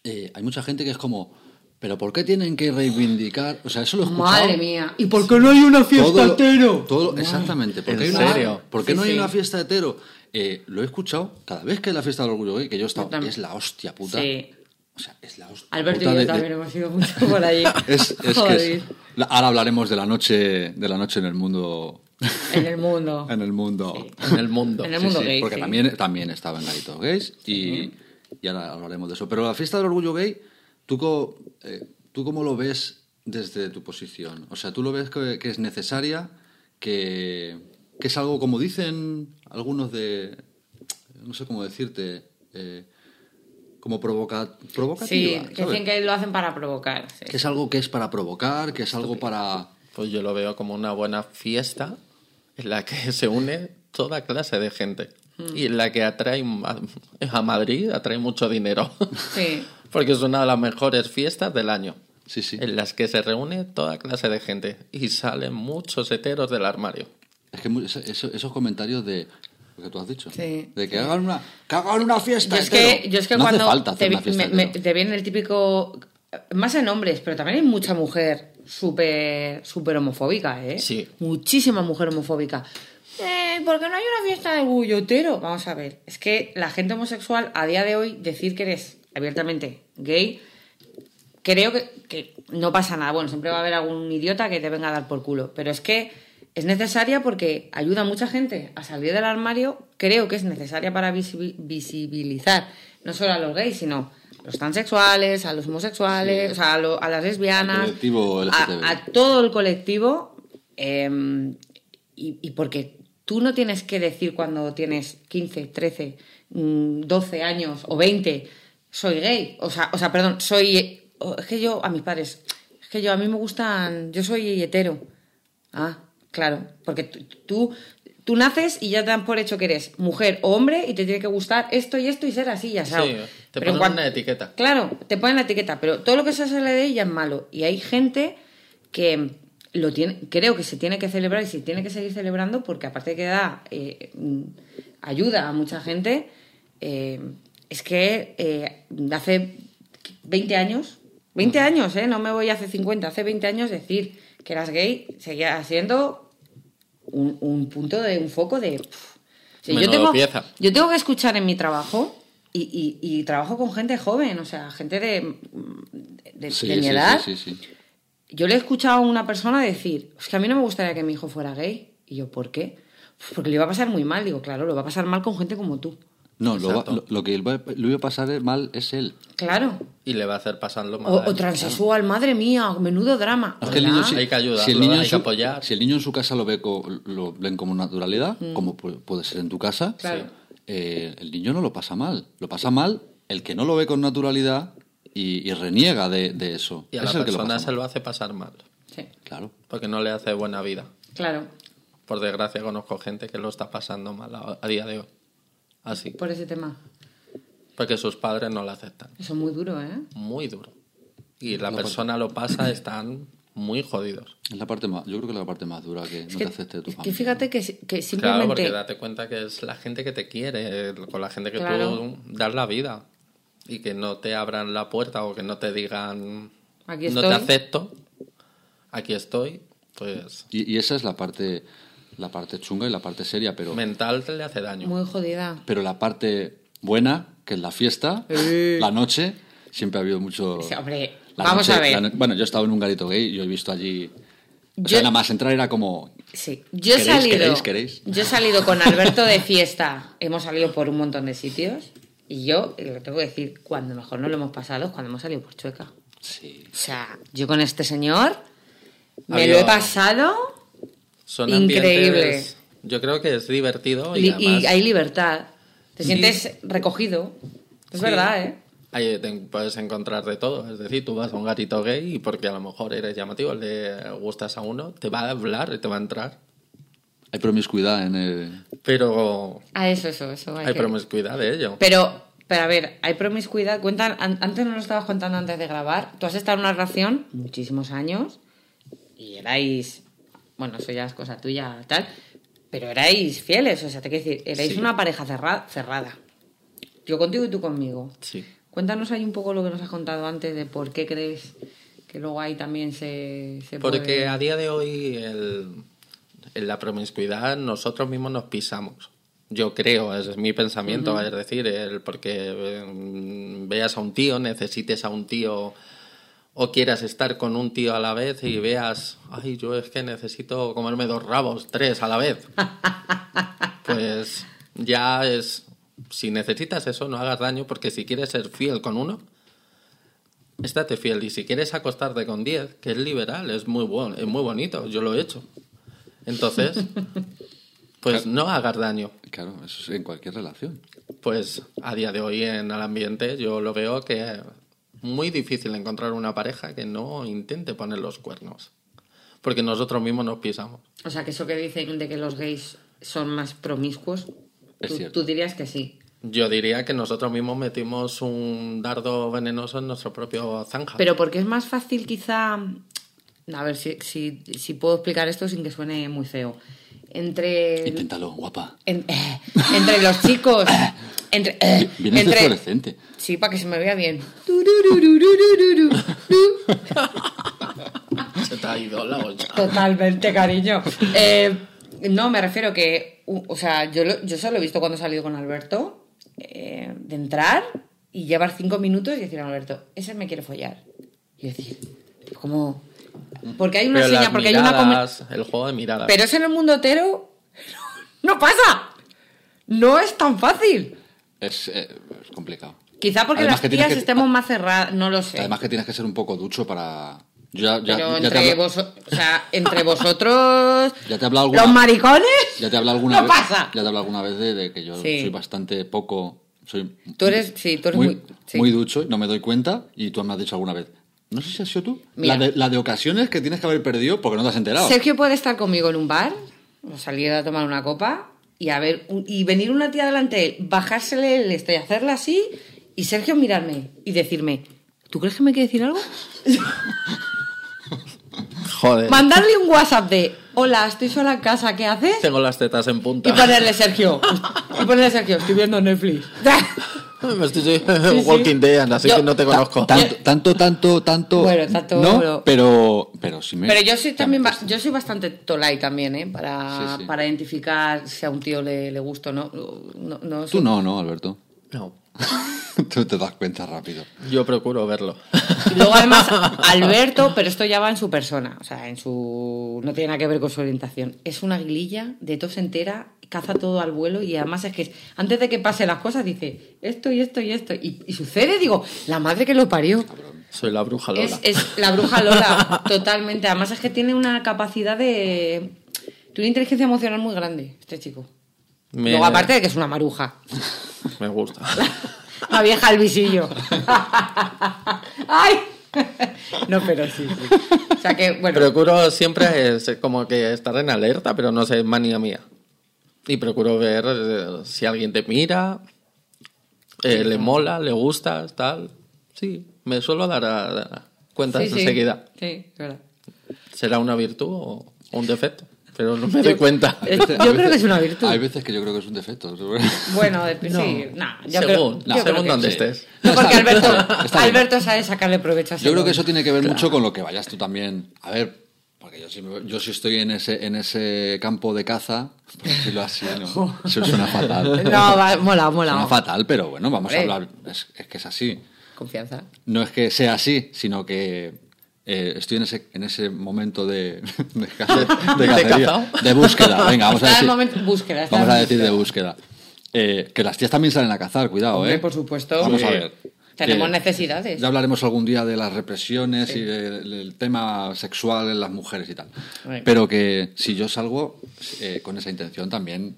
Eh, hay mucha gente que es como, pero ¿por qué tienen que reivindicar? O sea, eso lo he escuchado. Madre mía. ¿Y por qué no hay una Todo lo- todo lo- exactamente. ¿Por ¿en qué, hay una, serio? por qué Sí, no hay sí. una fiesta hetero? Eh, lo he escuchado cada vez que es la fiesta del orgullo gay, que yo he estado, Yo también. es la hostia puta. Sí. O sea, es la hostia Alberto puta y yo de- de- también hemos ido mucho por allí. es, es que es- Joder, la- ahora hablaremos de la noche de la noche en el mundo en el mundo. en el mundo En el mundo. En el mundo gay, porque sí. también también estaba en Gaitos Gays y, y ahora hablaremos de eso pero la fiesta del orgullo gay tú co- eh, tú cómo lo ves desde tu posición o sea tú lo ves que, que es necesaria que, que es algo como dicen algunos de no sé cómo decirte eh, como provoca Sí, provocativa que ¿sabes? dicen que lo hacen para provocar. sí. que es algo que es para provocar que es algo para Pues yo lo veo como una buena fiesta en la que se une toda clase de gente. Mm. Y en la que atrae ma- a Madrid, atrae mucho dinero. Sí. Porque es una de las mejores fiestas del año. Sí, sí. En las que se reúne toda clase de gente. Y salen muchos heteros del armario. Es que mu- eso- eso- esos comentarios de lo que tú has dicho, Sí, de que hagan una que hagan una fiesta. Yo es que, hetero. yo es que no cuando hace falta hacer te, una vi- fiesta. me- me- hetero. te viene el típico. Más en hombres, pero también hay mucha mujer súper súper homofóbica, ¿eh? Sí. Muchísima mujer homofóbica. Eh, ¿Por qué no hay una fiesta de gullotero? Vamos a ver. Es que la gente homosexual, a día de hoy, decir que eres abiertamente gay, creo que, que no pasa nada. Bueno, siempre va a haber algún idiota que te venga a dar por culo. Pero es que es necesaria porque ayuda a mucha gente a salir del armario. Creo que es necesaria para visibi- visibilizar no solo a los gays, sino a los transexuales, a los homosexuales, o sea, a, lo- a las lesbianas, Al colectivo LGTB. a, a todo el colectivo. eh, y, y porque tú no tienes que decir cuando tienes 15, 13, mm, 12 años o 20, soy gay. O sea, o sea perdón, soy. o- Es que yo, a mis padres, es que yo, a mí me gustan. Yo soy hetero. Ah, claro. Porque tú- tú, tú naces y ya te dan por hecho que eres mujer o hombre y te tiene que gustar esto y esto y ser así, ya sabes. Sí, te Pero en ponen cuan- una etiqueta. Claro, te ponen la etiqueta, pero todo lo que se sale de ella es malo. Y hay gente que lo tiene, creo que se tiene que celebrar y se tiene que seguir celebrando porque aparte que da eh, mm, ayuda a mucha gente, eh, es que eh, hace 20 años, 20 años, ¿eh? no me voy hace 50, hace 20 años decir que eras gay seguía siendo un, un punto de un foco de... pff. O sea, yo, Menudo tengo, pieza. yo tengo que escuchar en mi trabajo y, y- y trabajo con gente joven, o sea, gente de, de, Sí, de sí, mi sí, edad. sí, sí. Yo le he escuchado a una persona decir, es que a mí no me gustaría que mi hijo fuera gay. Y yo, ¿por qué? "Pues Porque le iba a pasar muy mal. Digo, claro, lo va a pasar mal con gente como tú. No, lo, va- Exacto. lo- lo que va- lo iba a pasar es mal es él. Claro. Y le va a hacer pasarlo mal. O, a él. o transexual, madre mía, menudo drama. Es que el niño, ¿Verdad? si, Hay que ayudarlo, si el niño hay en que su- apoyar. Si el niño en su casa lo ve co- lo ven como naturalidad, como pu- puede ser en tu casa, Claro. eh, el niño no lo pasa mal. Lo pasa mal el que no lo ve con naturalidad y, y reniega de, de eso. Y a es la el que lo persona pasa se mal. lo hace pasar mal. Sí, Claro. Porque no le hace buena vida. claro, Por desgracia conozco gente que lo está pasando mal a, a día de hoy. Así. por ese tema. Porque sus padres no lo aceptan. Eso es muy duro, ¿eh? Muy duro. Y la pues persona lo pasa, están muy jodidos. Es la parte más, yo creo que es la parte más dura que no te que, acepte tu es que familia. fíjate que, si- que Claro, simplemente... porque date cuenta que es la gente que te quiere, eh, con la gente que Claro. tú das la vida. Y que no te abran la puerta o que no te digan, Aquí no estoy". te acepto, aquí estoy, pues Y, y esa es la parte, la parte chunga y la parte seria, pero, mental te le hace daño. Muy jodida. pero la parte buena que es la fiesta, Eh. la noche, siempre ha habido mucho... Sí, hombre, la vamos noche- a ver. la no- bueno, yo he estado en un garito gay, yo he visto allí... O Yo- sea, nada más entrar era como... Sí, yo he ¿Queréis, salido. queréis, queréis? Yo he salido con Alberto de fiesta. Hemos salido por un montón de sitios. Y yo, y lo tengo que decir, cuando mejor no lo hemos pasado es cuando hemos salido por Chueca. Sí. O sea, yo con este señor me Había- lo he pasado Son Increíble. ambientes- Yo creo que es divertido y, li- y, además hay libertad. Te sientes recogido. Es Sí. verdad, ¿eh? ahí te puedes encontrar de todo. Es decir, tú vas a un gatito gay y porque a lo mejor eres llamativo, le gustas a uno, te va a hablar y te va a entrar. Hay promiscuidad en el... Pero Ah, eso, eso, eso. hay hay que- promiscuidad de ello. Pero, pero a ver, hay promiscuidad. Cuentan, an- antes no lo estabas contando antes de grabar. Tú has estado en una relación muchísimos años y erais. Bueno, eso ya es cosa tuya, tal. Pero erais fieles, o sea, te quiero decir, erais Sí. una pareja cerra- cerrada. Yo contigo y tú conmigo. Sí. Cuéntanos ahí un poco lo que nos has contado antes de por qué crees que luego ahí también se, se Porque puede- a día de hoy el- en la promiscuidad nosotros mismos nos pisamos. Yo creo, ese es mi pensamiento, es decir, el porque eh, veas a un tío, necesites a un tío o quieras estar con un tío a la vez y veas, ay, yo es que necesito comerme dos rabos, tres a la vez. pues ya es, si necesitas eso, no hagas daño porque si quieres ser fiel con uno, Estate fiel y si quieres acostarte con 10, que es liberal, es muy bueno, es muy bonito, yo lo he hecho. Entonces, pues no hagas daño. Claro, eso es en cualquier relación. Pues a día de hoy en el ambiente yo lo veo que es muy difícil encontrar una pareja que no intente poner los cuernos. Porque nosotros mismos nos pisamos. O sea, que eso que dicen de que los gays son más promiscuos, Es tú- cierto. tú dirías que sí. Yo diría que nosotros mismos metimos un dardo venenoso en nuestro propio zanja. Pero porque es más fácil quizá, a ver si, si, si puedo explicar esto sin que suene muy feo, entre, Inténtalo, guapa. en- eh, entre los chicos, entre, eh, Vienes de entre fluorescente. sí, para que se me vea bien, Se te ha ido la olla. totalmente cariño. Eh, no, me refiero que, u- o sea, yo, lo- yo solo he visto cuando he salido con Alberto, eh, de entrar y llevar cinco minutos y decir a Alberto, ese me quiere follar. Y decir, como... Porque hay una Pero seña, las porque hay una... come- miradas, El juego de Ah. miradas. Pero eso en el mundo hetero no pasa. No es tan fácil. Es, eh, es complicado. Quizá porque Además que las tienes tías que- Ah. estemos más cerradas, no lo sé. Además que tienes que ser un poco ducho para... Yo ya, ya- ya pero te entre, hablo- vos, o sea, entre vosotros, Ya te he hablado alguna- los maricones, Ya te he hablado alguna no vez. pasa. Ya te he hablado alguna vez de, de que yo Sí. soy bastante poco. Soy Tú eres- sí, tú eres muy- sí. muy ducho y no me doy cuenta. Y tú me has dicho alguna vez. No sé si has sido tú. Mira. La de, la de ocasiones que tienes que haber perdido porque no te has enterado. Sergio puede estar conmigo en un bar, o salir a tomar una copa y a ver un- y venir una tía delante de él, bajársele el esto y hacerla así y Sergio mirarme y decirme, ¿tú crees que me quiere decir algo? Joder. Mandarle un WhatsApp de, hola, estoy sola en casa, ¿qué haces? Tengo las tetas en punta. Y ponerle Sergio. Y ponerle Sergio, estoy viendo Netflix. Me estoy Walking Dead, así Yo- que no te ta- conozco. Tanto, tanto, tanto, tanto. Bueno, tanto, No, pero- pero, pero sí me. Pero yo soy también ba- yo soy bastante tolai también, ¿eh? Para, Sí, sí. para identificar si a un tío le, le gusta o no. no, no Tú soy- no, no, Alberto. No, tú te das cuenta rápido. yo procuro verlo. Luego además, Alberto, pero esto ya va en su persona, o sea, en su no tiene nada que ver con su orientación. Es una guililla de tos entera, caza todo al vuelo y además es que es- antes de que pasen las cosas dice esto y esto y esto y, y sucede, digo, la madre que lo parió. Soy la bruja Lola. Es, es la bruja Lola, totalmente. Además es que tiene una capacidad de... Tiene una inteligencia emocional muy grande, este chico. Me- Luego, aparte de que es una maruja. Me gusta. La vieja al visillo. ¡Ay! No, pero sí, sí. O sea que, bueno, Procuro siempre es como que estar en alerta, pero no sé, es manía mía. Y procuro ver eh, si alguien te mira, eh, le mola, le gusta, tal. Sí, me suelo dar a- a- cuentas sí, sí. enseguida. Sí, es verdad. ¿Será una virtud o un defecto? Pero no me doy cuenta. Eh, yo creo que es una virtud. Hay veces que yo creo que es un defecto. Bueno, de, sí, nah, yo creo, según, yo creo según que donde sí. estés. No, porque Está bien, Alberto, está bien, está bien. Alberto sabe sacarle provecho a ese Yo creo que hombre. eso tiene que ver mucho con lo que vayas tú también. A ver, Porque yo sí, me- yo sí estoy en ese, en ese campo de caza, por decirlo así, ¿no? Eso suena fatal. No, va- Suena mola, mola. fatal, pero bueno, vamos a Hombre. hablar. Es, es que es así. Confianza. No es que sea así, sino que eh, estoy en ese, en ese momento de, de, caza- de ¿De cacería, cazao? de búsqueda. Venga, vamos a Está decir, el momento- búsqueda, está vamos a el decir de momento. búsqueda. Eh, que las tías también salen a cazar, cuidado, Hombre, ¿eh? por supuesto. Vamos a Sí. ver. Eh, Tenemos Que- necesidades. Ya hablaremos algún día de las represiones Sí. y de- del tema sexual en las mujeres y tal. Venga. Pero que si yo salgo eh, con esa intención también,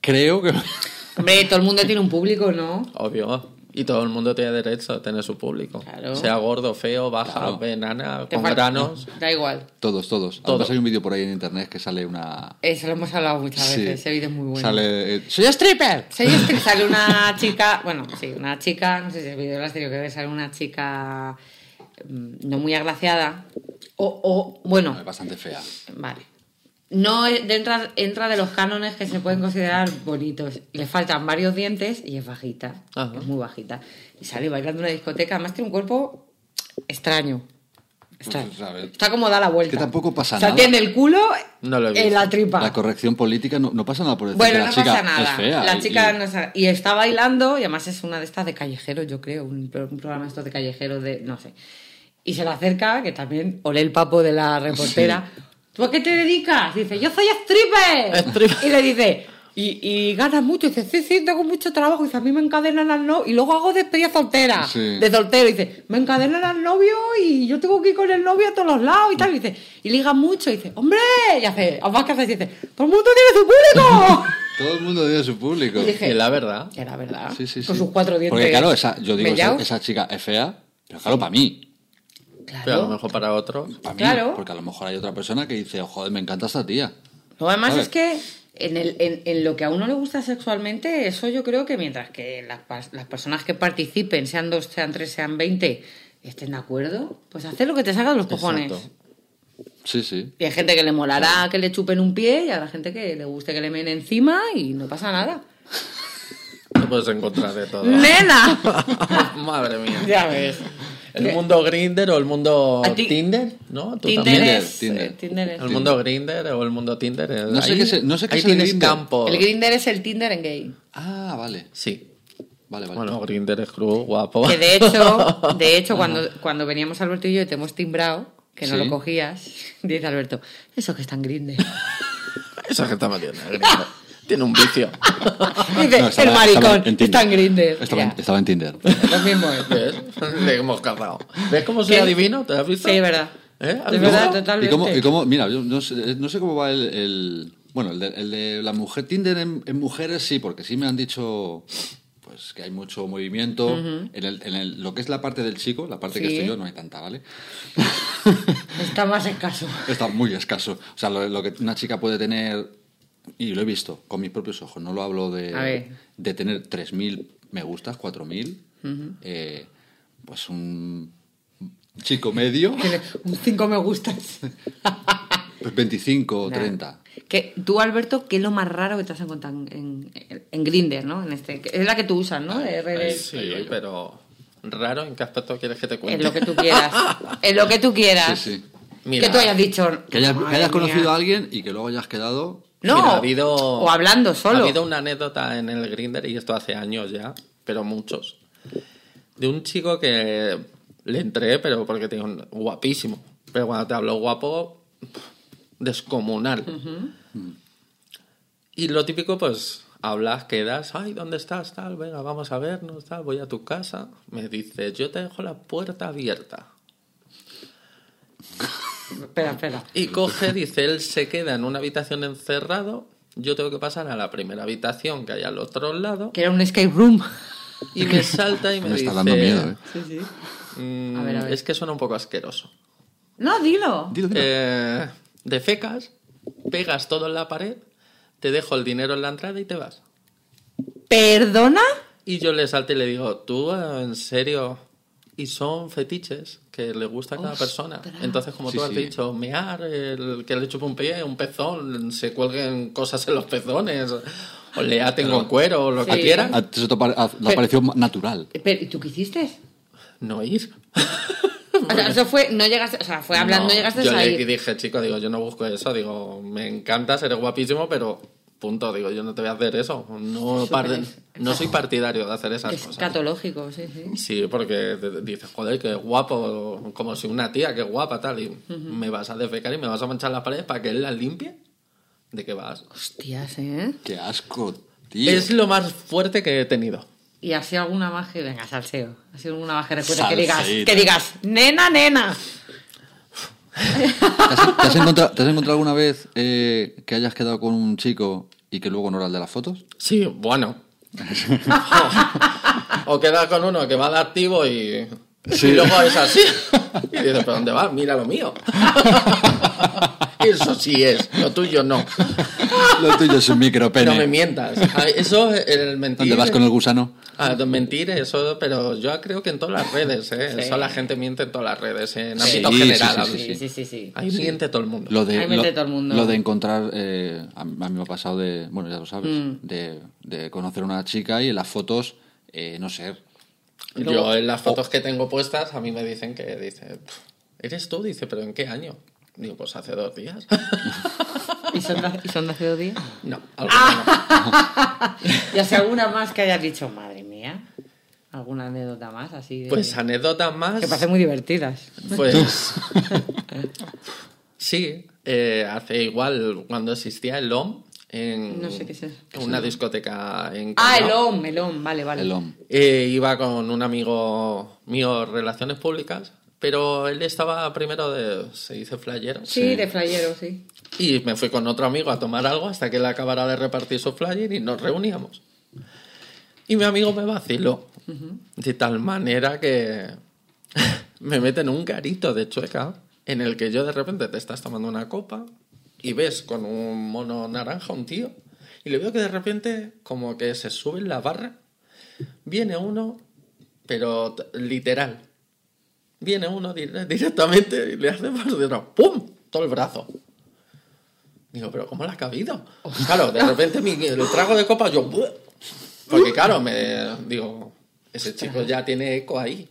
creo que... Hombre, todo el mundo tiene un público, ¿no? Obvio. Y todo el mundo tiene derecho a tener su público. Claro. Sea gordo, feo, baja, Claro. venana, Te con fal- granos. Da igual. Todos, todos. Todo. Además hay un vídeo por ahí en internet que sale una... Eso lo hemos hablado muchas Sí. veces. Ese vídeo es muy bueno. Sale... eh, ¡Soy stripper! Sí, es que sale una chica, bueno, sí, una chica, no sé si el vídeo lo has tenido que ver, sale una chica mm, no muy agraciada, o, o bueno, Es bastante fea. Vale. No es- entra, entra de los cánones que se pueden considerar bonitos. Le faltan varios dientes y es bajita. Ajá. Es muy bajita. Y sale bailando en una discoteca. Además tiene un cuerpo extraño. Extraño. Pues, a ver. Está como da la vuelta. Que tampoco pasa O sea, nada. tiene el culo No lo he en visto. la tripa. La corrección política no, no pasa nada por decir que bueno, la no chica pasa nada. es fea. la y- chica y- no sa- y está bailando y además es una de estas de callejeros, yo creo, un, pro- un programa de estos de callejeros de no sé. Y se le acerca, que también olé el papo de la reportera. ¿Tú a qué te dedicas? Dice, yo soy stripper. Stripper. Y le dice, y, y ganas mucho. Dice, sí, sí, tengo mucho trabajo. Dice, a mí me encadenan al novio. Y luego hago despedida soltera. Sí. De soltero. Dice, me encadenan al novio y yo tengo que ir con el novio a todos los lados y tal. Y dice, y liga mucho. Y dice, hombre. Y hace, además que hace, así, dice, todo el mundo tiene su público. Todo el mundo tiene su público. Y dije, Y la verdad. Era verdad. Sí, sí, sí. Con sus cuatro dientes. Porque claro, esa, yo digo, esa, mellaos. esa chica es fea, pero claro, para mí. Claro. Pero a lo mejor para otro. Pa' mí, Claro. Porque a lo mejor hay otra persona que dice, "Oh, joder, me encanta esta tía. No, además A ver. es que en, el, en, en lo que a uno le gusta sexualmente, eso yo creo que mientras que las, pas- las personas que participen, sean dos, sean tres, sean veinte, estén de acuerdo, pues hacer lo que te salga de los cojones. Exacto. Sí, sí. Y hay gente que le molará que le chupen un pie y habrá gente que le guste que le men encima y no pasa nada. Te puedes encontrar de todo. ¡Nena! Madre mía. ya ves. El mundo Grinder o el mundo A ti- Tinder, ¿no? ¿Tú Tinder, también? es, Tinder, eh, Tinder es- El mundo Grinder o el mundo Tinder. el- No sé ahí- qué se- no sé qué ahí es el tienes Grindr. campo. El Grinder es el Tinder en gay. Ah, vale. Sí. Vale, vale. Bueno, Grinder es cruz, guapo. Que de hecho, de hecho cuando, cuando veníamos Alberto y yo y te hemos timbrado, que no Sí. lo cogías, dice Alberto, eso que es tan grinde. Esa gente no tiene Grindr. Tiene un vicio. Dice, No, estaba- el maricón, estaba en es Tinder. tan grinde. Estaba, en- Ya. estaba en Tinder. Lo mismo es. ¿Ves? Le hemos cazado. ¿Ves cómo soy ¿Qué? adivino? ¿Te has visto? Sí, es verdad. ¿Eh? ¿Has Es visto? verdad, totalmente. ¿Y cómo, y cómo- mira, yo no sé, no sé cómo va el... el- bueno, el de, el de la mujer Tinder en, en mujeres sí, porque sí me han dicho pues que hay mucho movimiento. En, el- en el- lo que es la parte del chico, la parte que Sí. estoy yo, no hay tanta, ¿vale? Está más escaso. Está muy escaso. O sea, lo, lo que una chica puede tener, y lo he visto con mis propios ojos, no lo hablo A de, ver. de tener 3.000 me gustas, 4.000, eh, pues un chico medio, Tiene un 5 me gustas. pues 25 o 30. Que, tú, Alberto, ¿qué es lo más raro que te has encontrado en, en, en Grindr, no? En este, que es la que tú usas, ¿no? De redes. Ahí Sí, voy. pero raro. ¿En qué aspecto quieres que te cuente? En lo que tú quieras. En lo que tú quieras. Sí, sí. Mira. Que tú hayas dicho. Que hayas, que "Madre hayas conocido mía". a alguien y que luego hayas quedado... No, Mira, ha habido- o hablando solo. Ha habido una anécdota en el Grinder, y esto hace años ya, pero muchos. De un chico que le entré, pero porque tenía un guapísimo. Pero cuando te hablo guapo, descomunal. Y lo típico, pues, hablas, quedas, ay, ¿dónde estás? Tal, venga, vamos a vernos, tal, voy a tu casa. Me dice, yo te dejo la puerta abierta. Espera, espera. Y coge, dice, él se queda en una habitación encerrado. Yo tengo que pasar a la primera habitación que hay al otro lado. Que era un escape room. Y me salta y me, Me está dice, dando miedo, ¿eh? Sí, sí. "Mm, A ver, a ver. Es que suena un poco asqueroso. No, dilo. Dilo, dilo. Eh, de fecas, pegas todo en la pared, te dejo el dinero en la entrada y te vas. ¿Perdona? Y yo le salto y le digo, ¿tú eh, en serio? Y son fetiches que le gusta a cada persona. Entonces, como Sí, tú has sí. dicho, mear, el que le chupa un pie, un pezón, se cuelguen cosas en los pezones, o le aten con cuero, o lo que Sí. quieran. A ti eso te, Ah, pare- a- te Pero- pareció natural. Pero, ¿Y tú qué hiciste? No ir. O sea, eso fue, no llegaste, o sea, fue hablando, No, llegaste yo a le ir. dije, chico, digo, yo no busco eso, digo, me encanta, eres guapísimo, pero punto, digo, yo no te voy a hacer eso. No, par- es- no soy partidario de hacer esas Es cosas. catológico, sí, sí. Sí, porque te- te dices, joder, qué guapo, como si una tía, qué guapa, tal, y me vas a defecar y me vas a manchar las paredes para que él las limpie. ¿De qué vas? Hostias, ¿eh? Qué asco, tío. Es lo más fuerte que he tenido. Y así alguna más que, venga, salseo. Así alguna más que recuerdes que digas, Salseíta. que digas, nena, nena. ¿Te has, te has encontra- te has encontrado alguna vez eh, que hayas quedado con un chico y que luego no era el de las fotos? Sí, bueno. o quedas con uno que va de activo y, Sí. y luego es así. Y dices, ¿pero dónde vas? Mira lo mío. Eso sí es, lo tuyo no. Lo tuyo es un micropene. No me mientas. Ah, Eso es el mentir. ¿Dónde vas con el gusano? Ah, de mentir, eso, pero yo creo que en todas las redes, ¿eh? Sí. Eso la gente miente en todas las redes, ¿eh? en Sí, ámbito sí, general. sí, hablo. sí, Sí, sí, sí, sí. Ahí miente todo el mundo. Lo de, Ahí mete lo, todo el mundo. lo de encontrar, eh, a, a mí me ha pasado de, bueno, ya lo sabes, Mm. de, de conocer a una chica y en las fotos eh, no ser. Yo en las Oh. fotos que tengo puestas, a mí me dicen que dice, "Pf, ¿eres tú? Dice, ¿pero en qué año? Digo, pues hace dos días. ¿Y son de, y son de hace dos días? no, Ah. alguna Y así alguna más que hayas dicho, madre mía. ¿Alguna anécdota más así? no. de- Pues anécdotas más. que parecen muy divertidas. Pues. sí, eh, hace igual cuando existía el OM en. No sé qué es eso. Una discoteca en. Ah, el Canal. OM, el OM, vale, vale. El hombre. Eh, iba con un amigo mío, Relaciones Públicas, pero él estaba primero de. Se dice flyero. Sí, Sí. de flayero, sí. Y me fui con otro amigo a tomar algo hasta que él acabara de repartir su flyer y nos reuníamos. Y mi amigo me vaciló. De tal manera que me meten un garito de chueca en el que yo de repente te estás tomando una copa y ves con un mono naranja un tío y le veo que de repente como que se sube en la barra. Viene uno, pero t- literal. Viene uno dire- directamente y le hace por detrás. ¡Pum! Todo el brazo. Digo, pero ¿cómo la ha cabido? Claro, de repente mi, el trago de copa yo... "Buah". Porque claro, me digo, ese chico ya tiene eco ahí.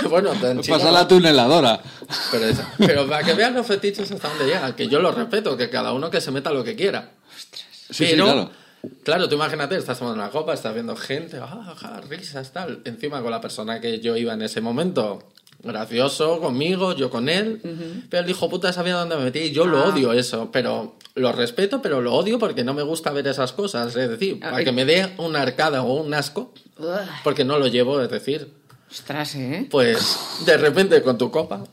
que bueno, tan chico, Pasa la tuneladora. pero, es- pero para que vean los fetiches hasta dónde llegan, que yo los respeto, que cada uno que se meta lo que quiera. Sí, sí, Pero, claro. claro, tú imagínate, estás tomando una copa, estás viendo gente, ah, ja, risas, tal. Encima con la persona que yo iba en ese momento, gracioso, conmigo, yo con él. Pero el hijo puta sabía dónde me metí y yo lo Ah. odio eso. Pero lo respeto, pero lo odio porque no me gusta ver esas cosas. Es decir, Ah, para y- que me dé una arcada o un asco, Uah, porque no lo llevo, es decir, Ostras, ¿eh? pues de repente con tu copa,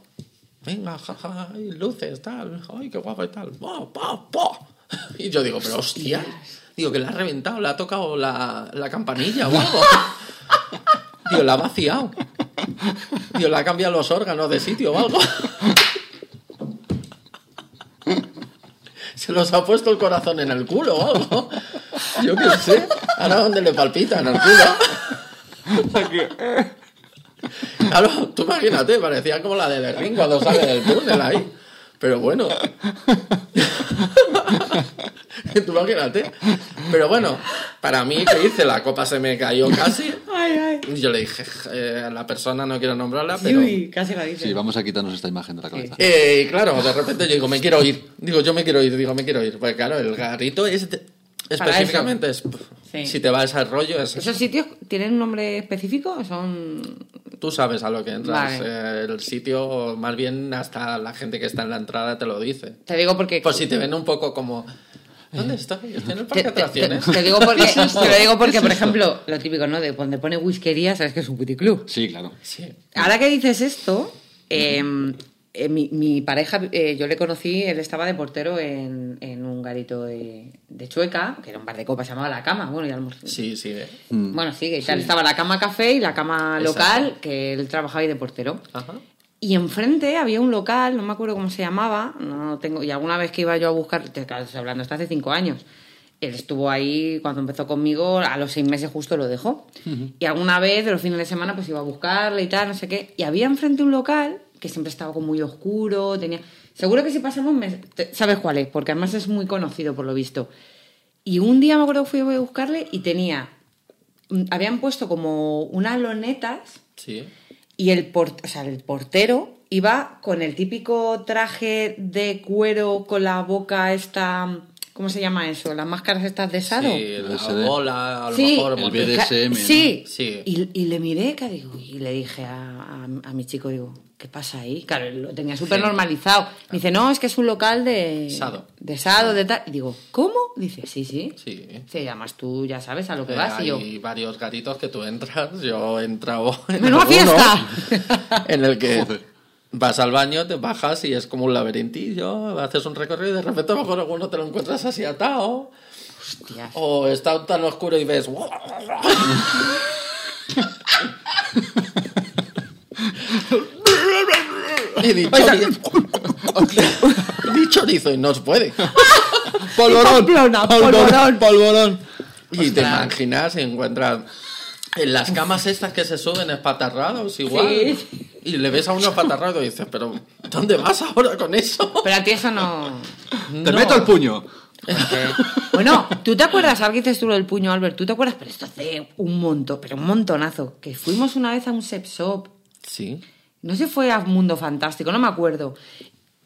venga, jaja, ay, luces, tal, ay, qué guapo y tal, po, po, po. Y yo digo, pero hostia, digo que la ha reventado, la ha tocado la, la campanilla o algo. Digo, la ha vaciado. Digo, la ha cambiado los órganos de sitio o algo. Se los ha puesto el corazón en el culo o algo. Yo qué sé. Ahora dónde le palpitan el culo. Claro, tú imagínate, parecía como la de Berlín cuando sale del túnel ahí. Pero bueno. tú imagínate. Pero bueno, para mí, ¿qué hice? La copa se me cayó casi. Ay, ay. Y Yo le dije eh, a la persona, no quiero nombrarla, Sí, Ah, pero... uy, casi la dice. Sí, vamos a quitarnos esta imagen de la cabeza. Eh, y claro, de repente yo digo, me quiero ir. Digo, yo me quiero ir, digo, me quiero ir. Porque claro, el garrito es... de- Para específicamente es... Sí. Si te vas al rollo, es... ¿Esos sitios tienen un nombre específico o son...? Tú sabes a lo que entras. Vale. eh, El sitio, más bien hasta la gente que está en la entrada te lo dice. Te digo porque... Pues si te ven un poco como... ¿Dónde estoy? Estoy en el Eh, te, te- parque de te- atracciones. te digo porque, te lo digo porque por ejemplo, lo típico, ¿no? De donde pone whiskería, sabes que es un puticlub. Sí, claro. Sí. Ahora que dices esto, eh, eh, mi, mi pareja, eh, yo le conocí, él estaba de portero en, en un garito de, de Chueca, que era un bar de copas, se llamaba La Cama. Bueno, ya lo hemos- Sí, sí. eh. Bueno, sí, que tal, estaba la cama café y la cama Exacto. local, que él trabajaba ahí de portero. Ajá. Y enfrente había un local, no me acuerdo cómo se llamaba, no tengo, y alguna vez que iba yo a buscar, te claro, estoy hablando, está hace cinco años. Él estuvo ahí cuando empezó conmigo, a los seis meses justo lo dejó. Y alguna vez, de los fines de semana, pues iba a buscarle y tal, no sé qué. Y había enfrente un local que siempre estaba como muy oscuro, tenía... Seguro que si pasamos, me- te- sabes cuál es, porque además es muy conocido por lo visto. Y un día me acuerdo que fui a buscarle y tenía mm, habían puesto como unas lonetas Sí. y el, por- o sea, el portero iba con el típico traje de cuero con la boca esta... ¿Cómo se llama eso? Las máscaras estas de Sado. Sí, la SD. bola, a lo mejor. El porque- BDS. BDSM, ¿no? Sí. Sí. Y, y le miré que digo, y le dije a, a- a mi chico, digo, ¿qué pasa ahí? Claro, lo tenía súper normalizado. Me dice, no, es que es un local de... Sado. De Sado, de tal. Y digo, ¿cómo? Dice, sí, sí. Sí. Dice, y además tú ya sabes a lo que Eh, vas. hay Y yo, varios gatitos que tú entras, yo he entrado en ¡Menuda alguno fiesta! en el que Joder. vas al baño, te bajas y es como un laberintillo, haces un recorrido y de repente a lo mejor alguno te lo encuentras así atado hostia. o está tan oscuro y ves y di chorizo, di chorizo y no os puede. Polvorón, Pamplona, polvorón. polvorón. Y te imaginas y encuentras en las camas estas que se suben espatarrados igual. Sí. Y le ves a uno espatarrado y dices, pero ¿dónde vas ahora con eso? Pero a ti eso no... Te No. meto el puño. Eh. Bueno, ¿tú te acuerdas? Ahora que dices tú lo del puño, Albert, ¿tú te acuerdas? Pero esto hace un montón, pero un montonazo. Que fuimos una vez a un sex shop Sí. No sé, fue a Mundo Fantástico, no me acuerdo.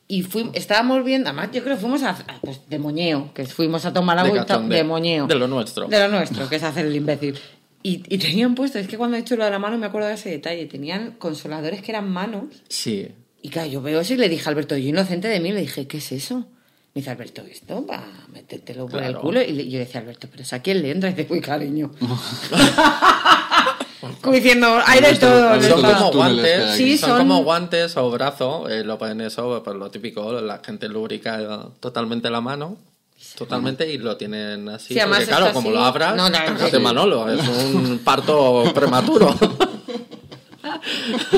Y fui, estábamos viendo, además yo creo que fuimos a, a, pues, de moñeo, que fuimos a tomar De agua y ta- cachondeo. de moñeo. De lo nuestro. De lo nuestro, que es hacer el imbécil. Y, y tenían puesto, es que cuando he hecho lo de la mano me acuerdo de ese detalle, tenían consoladores que eran manos. Sí. Y claro, yo veo eso y le dije a Alberto, yo inocente de mí, le dije, ¿qué es eso? Me dice, Alberto, ¿esto? Para metértelo por el Claro. culo. Y le- yo decía, Alberto, ¿pero es a quién le entra? Y dice, uy, cariño. Como diciendo, hay de Alberto, todo. de Alberto, Son todo. como los túneles que guantes, hay Sí, aquí. son, son- como guantes o brazo, eh, lo ponen eso, pues lo típico, la gente lubrica eh, totalmente la mano, totalmente, y lo tienen así. Sí, además porque, claro, esto como así- lo abras, No, no, no, cágate, sí. Manolo, es un parto prematuro.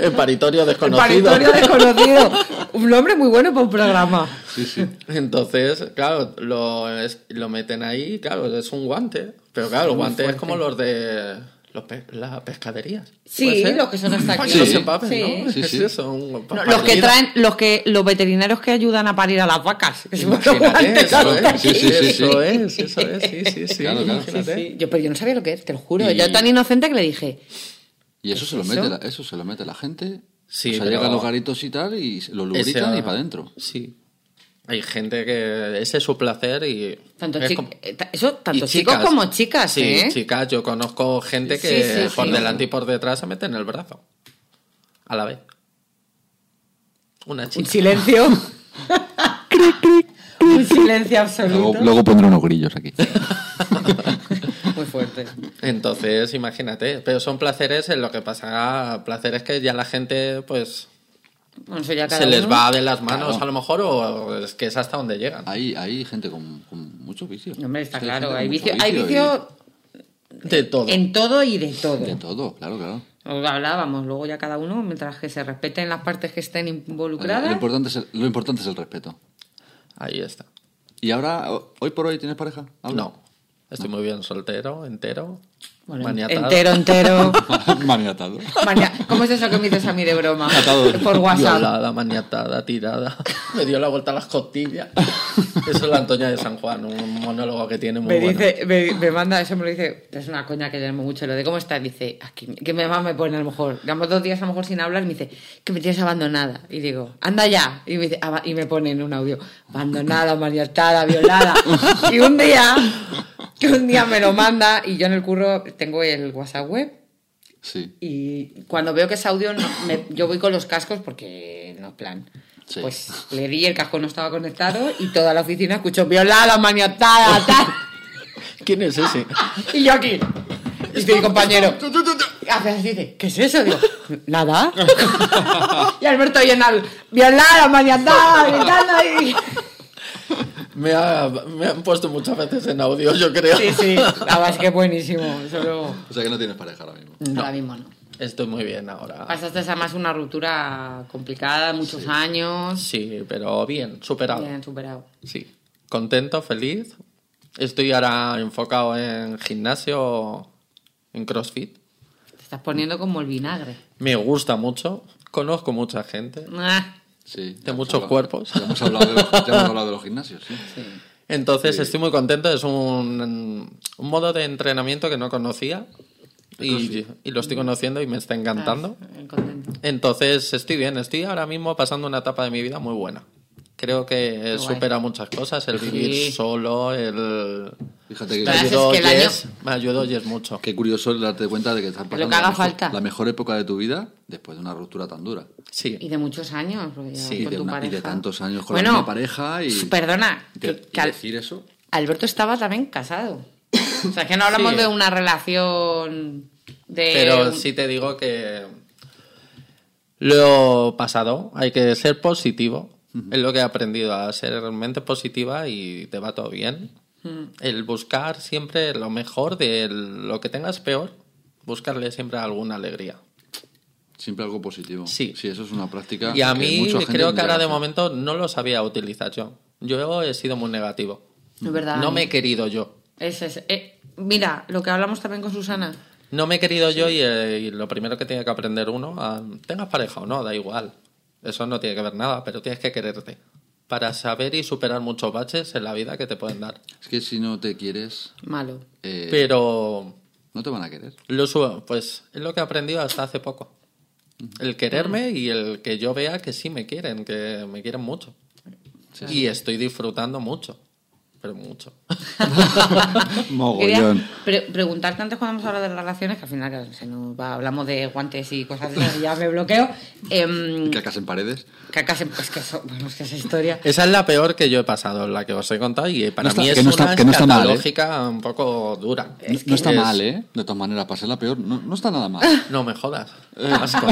El paritorio desconocido. Paritorio desconocido. Un hombre muy bueno para un programa. Sí, sí. Entonces, claro, lo, es- lo meten ahí, claro, es un guante, pero claro, el guante es como los de los pe- las pescaderías. Sí, ¿Puede ser? los que son hasta Para aquí. que no Sí. se empapen, Sí. ¿no? Sí, Es sí. eso, un- pa- los que parida. traen, los que, los veterinarios que ayudan a parir a las vacas. Que son los Imagínate, guantes eso, ¿eh? hasta es, aquí. Sí, sí, sí, sí. eso es, eso es, sí, sí, sí, Claro, claro. imagínate. Sí, sí. Yo, pero yo no sabía lo que es, te lo juro. Y- Yo tan inocente que le dije, Y eso se lo ¿Eso? mete, la, eso se lo mete la gente. Sí, o sea, pero- llegan los garitos y tal y se- lo lubrican Ese- y para adentro. Sí. Hay gente que ese es su placer y... tanto es chi- como- eh, ta- eso, y tanto chicos chicas. como chicas, Sí, ¿eh? chicas, yo conozco gente que Sí, sí, por sí. delante y por detrás se mete en el brazo. A la vez. Una Un chica. silencio. Un silencio absoluto. pondré unos grillos aquí. Muy fuerte. Entonces, imagínate. Pero son placeres en lo que pasa, placeres que ya la gente, pues, Bueno, eso ya cada se les uno. Ah, va de las manos Claro. a lo mejor o es que es hasta donde llegan. Hay, hay gente con, con mucho vicio. No, Hombre, está Sí, gente claro. con Hay mucho vicio, hay y vicio De todo. en todo y de todo. De todo, claro, claro. Os hablábamos, luego ya cada uno, mientras que se respeten las partes que estén Lo involucradas. importante, es el, lo importante es el respeto. Ahí está. ¿Y ahora, o- hoy por hoy, tienes pareja? Habla. No. Estoy muy bien soltero, entero, Bueno, maniatado. entero, entero. Maniatado. Mania- ¿Cómo es eso que me dices a mí de broma? Atado. Por WhatsApp. Violada, maniatada, tirada. Me dio la vuelta a las costillas. Eso es la Antonia de San Juan, un monólogo que tiene muy Me bueno. dice, me, me manda eso, me lo dice, es una coña que le amo mucho, lo de cómo estás, dice, aquí, que mi mamá me pone a lo mejor, llevamos dos días a lo mejor sin hablar, y me dice, que me tienes abandonada, y digo, anda ya, y me, dice, "Aba-", y me pone en un audio, abandonada, maniatada, violada, y un día, que un día me lo manda, y yo en el curro tengo el WhatsApp web, Sí. Y cuando veo que es audio, no- me- yo voy con los cascos porque no, en plan. Sí. Pues le di, el casco no estaba conectado y toda la oficina escuchó violada, maniatada, tal. ¿Quién es ese? Y yo aquí. Y dice mi compañero. Hace así, dice, ¿qué es eso? Digo, nada. Y Alberto Llenal, violada, maniatada, gritando ahí. Me, ha- me han puesto muchas veces en audio, yo creo. Sí, sí, además que buenísimo. Solo... O sea que no tienes pareja ahora mismo. Ahora mismo no. Estoy muy bien ahora. Pasaste además una ruptura complicada, muchos años. Sí, pero bien, superado. Bien, superado. Sí. Contento, feliz. Estoy ahora enfocado en gimnasio, en CrossFit. Te estás poniendo como el vinagre. Me gusta mucho. Conozco mucha gente. Ah, Sí. De muchos Ya cuerpos. hemos hablado de, los- ya hemos hablado de los gimnasios, sí. sí. Entonces estoy muy contento, es un, un modo de entrenamiento que no conocía y, y lo estoy conociendo y me está encantando. Ah, contento. Entonces estoy bien, estoy ahora mismo pasando una etapa de mi vida muy buena. Creo que guay. supera muchas cosas, el vivir Sí. solo, el... Fíjate Me Todas que esas ayudó, que el año- Jess, me ayudó Jess mucho. qué curioso el darte cuenta de que estás que pasando haga la, mejor, falta. la mejor época de tu vida después de una ruptura tan dura. Y Sí, de muchos años, porque ya Sí, y con de tu una- y de pareja. tantos años con la misma pareja y- Perdona, Y que, te- y que Al- decir eso, Alberto estaba también casado. O sea, que no hablamos Sí. de una relación de... pero un- sí te digo que lo pasado, hay que ser positivo. Es lo que he aprendido, a ser mente positiva y te va todo bien. El buscar siempre lo mejor de lo que tengas peor, buscarle siempre alguna alegría. siempre algo positivo. Sí. Sí, eso es una práctica. Y a que mí mucha gente creo que tendría ahora de hacer. momento no lo sabía utilizar yo. Yo he sido muy negativo. Es verdad. No me he querido yo. Ese es- eh, mira, lo que hablamos también con Susana. No me he querido yo y, eh, y lo primero que tiene que aprender uno, a- tengas pareja o no, da igual. Eso no tiene que ver nada, pero tienes que quererte. Para saber y superar muchos baches en la vida que te pueden dar. Es que si no te quieres, Malo. eh, Pero no te van a querer. lo subo, pues es lo que he aprendido hasta hace poco. El quererme y el que yo vea que sí me quieren, que me quieren mucho. Y estoy disfrutando mucho, pero mucho. Quería pre- preguntarte antes cuando hemos hablado de relaciones, que al final claro, se nos va- hablamos de guantes y cosas de esas y ya me bloqueo. Em, Cacas en paredes. que acá se- pues que eso, bueno, es que esa historia. Esa es la peor que yo he pasado, la que os he contado, y para No está- mí es que no está- una que no está mal, ¿eh? escatológica un poco dura. No- no está mal, ¿eh? De todas maneras, para ser la peor, no, no está nada mal. No me jodas. Asco.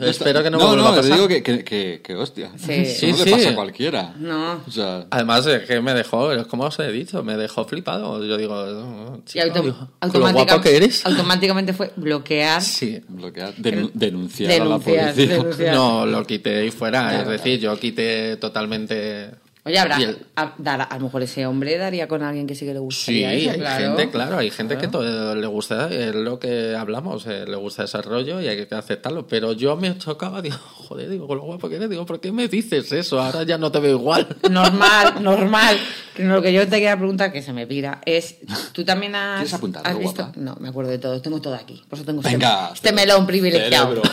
Espero que no me no, vuelva a no, te pasar. digo que, que, que, que hostia. Sí. Eso no Sí, le sí. pasa a cualquiera. No. O sea, Además, es que me dejó, es como os he dicho, me dejó flipado. Yo digo, no, Y chico, auto- digo, con lo automática- guapo que eres. automáticamente fue bloquear. Sí. bloquear, denun- denunciar a la Denuncias, policía. denuncias. No, lo quité y fuera. es decir, yo quité totalmente... Oye, habrá, Y el- a, dar- a lo mejor ese hombre daría con alguien que sí que le Sí, gustaría. hay eso, claro. gente, claro, hay gente que todo- le gusta, es lo que hablamos, eh, le gusta ese rollo y hay que aceptarlo. Pero yo me chocaba, digo, joder, digo, con lo guapo que eres, digo, ¿por qué me dices eso? Ahora ya no te veo igual. Normal, normal. Que Lo que yo te quería preguntar, que se me pira, es, ¿tú también has, ¿Quieres apuntar has algo, visto? guapa? No, me acuerdo de todo, tengo todo aquí. Por eso tengo este- Venga, este, cerebro. melón privilegiado. Cerebro.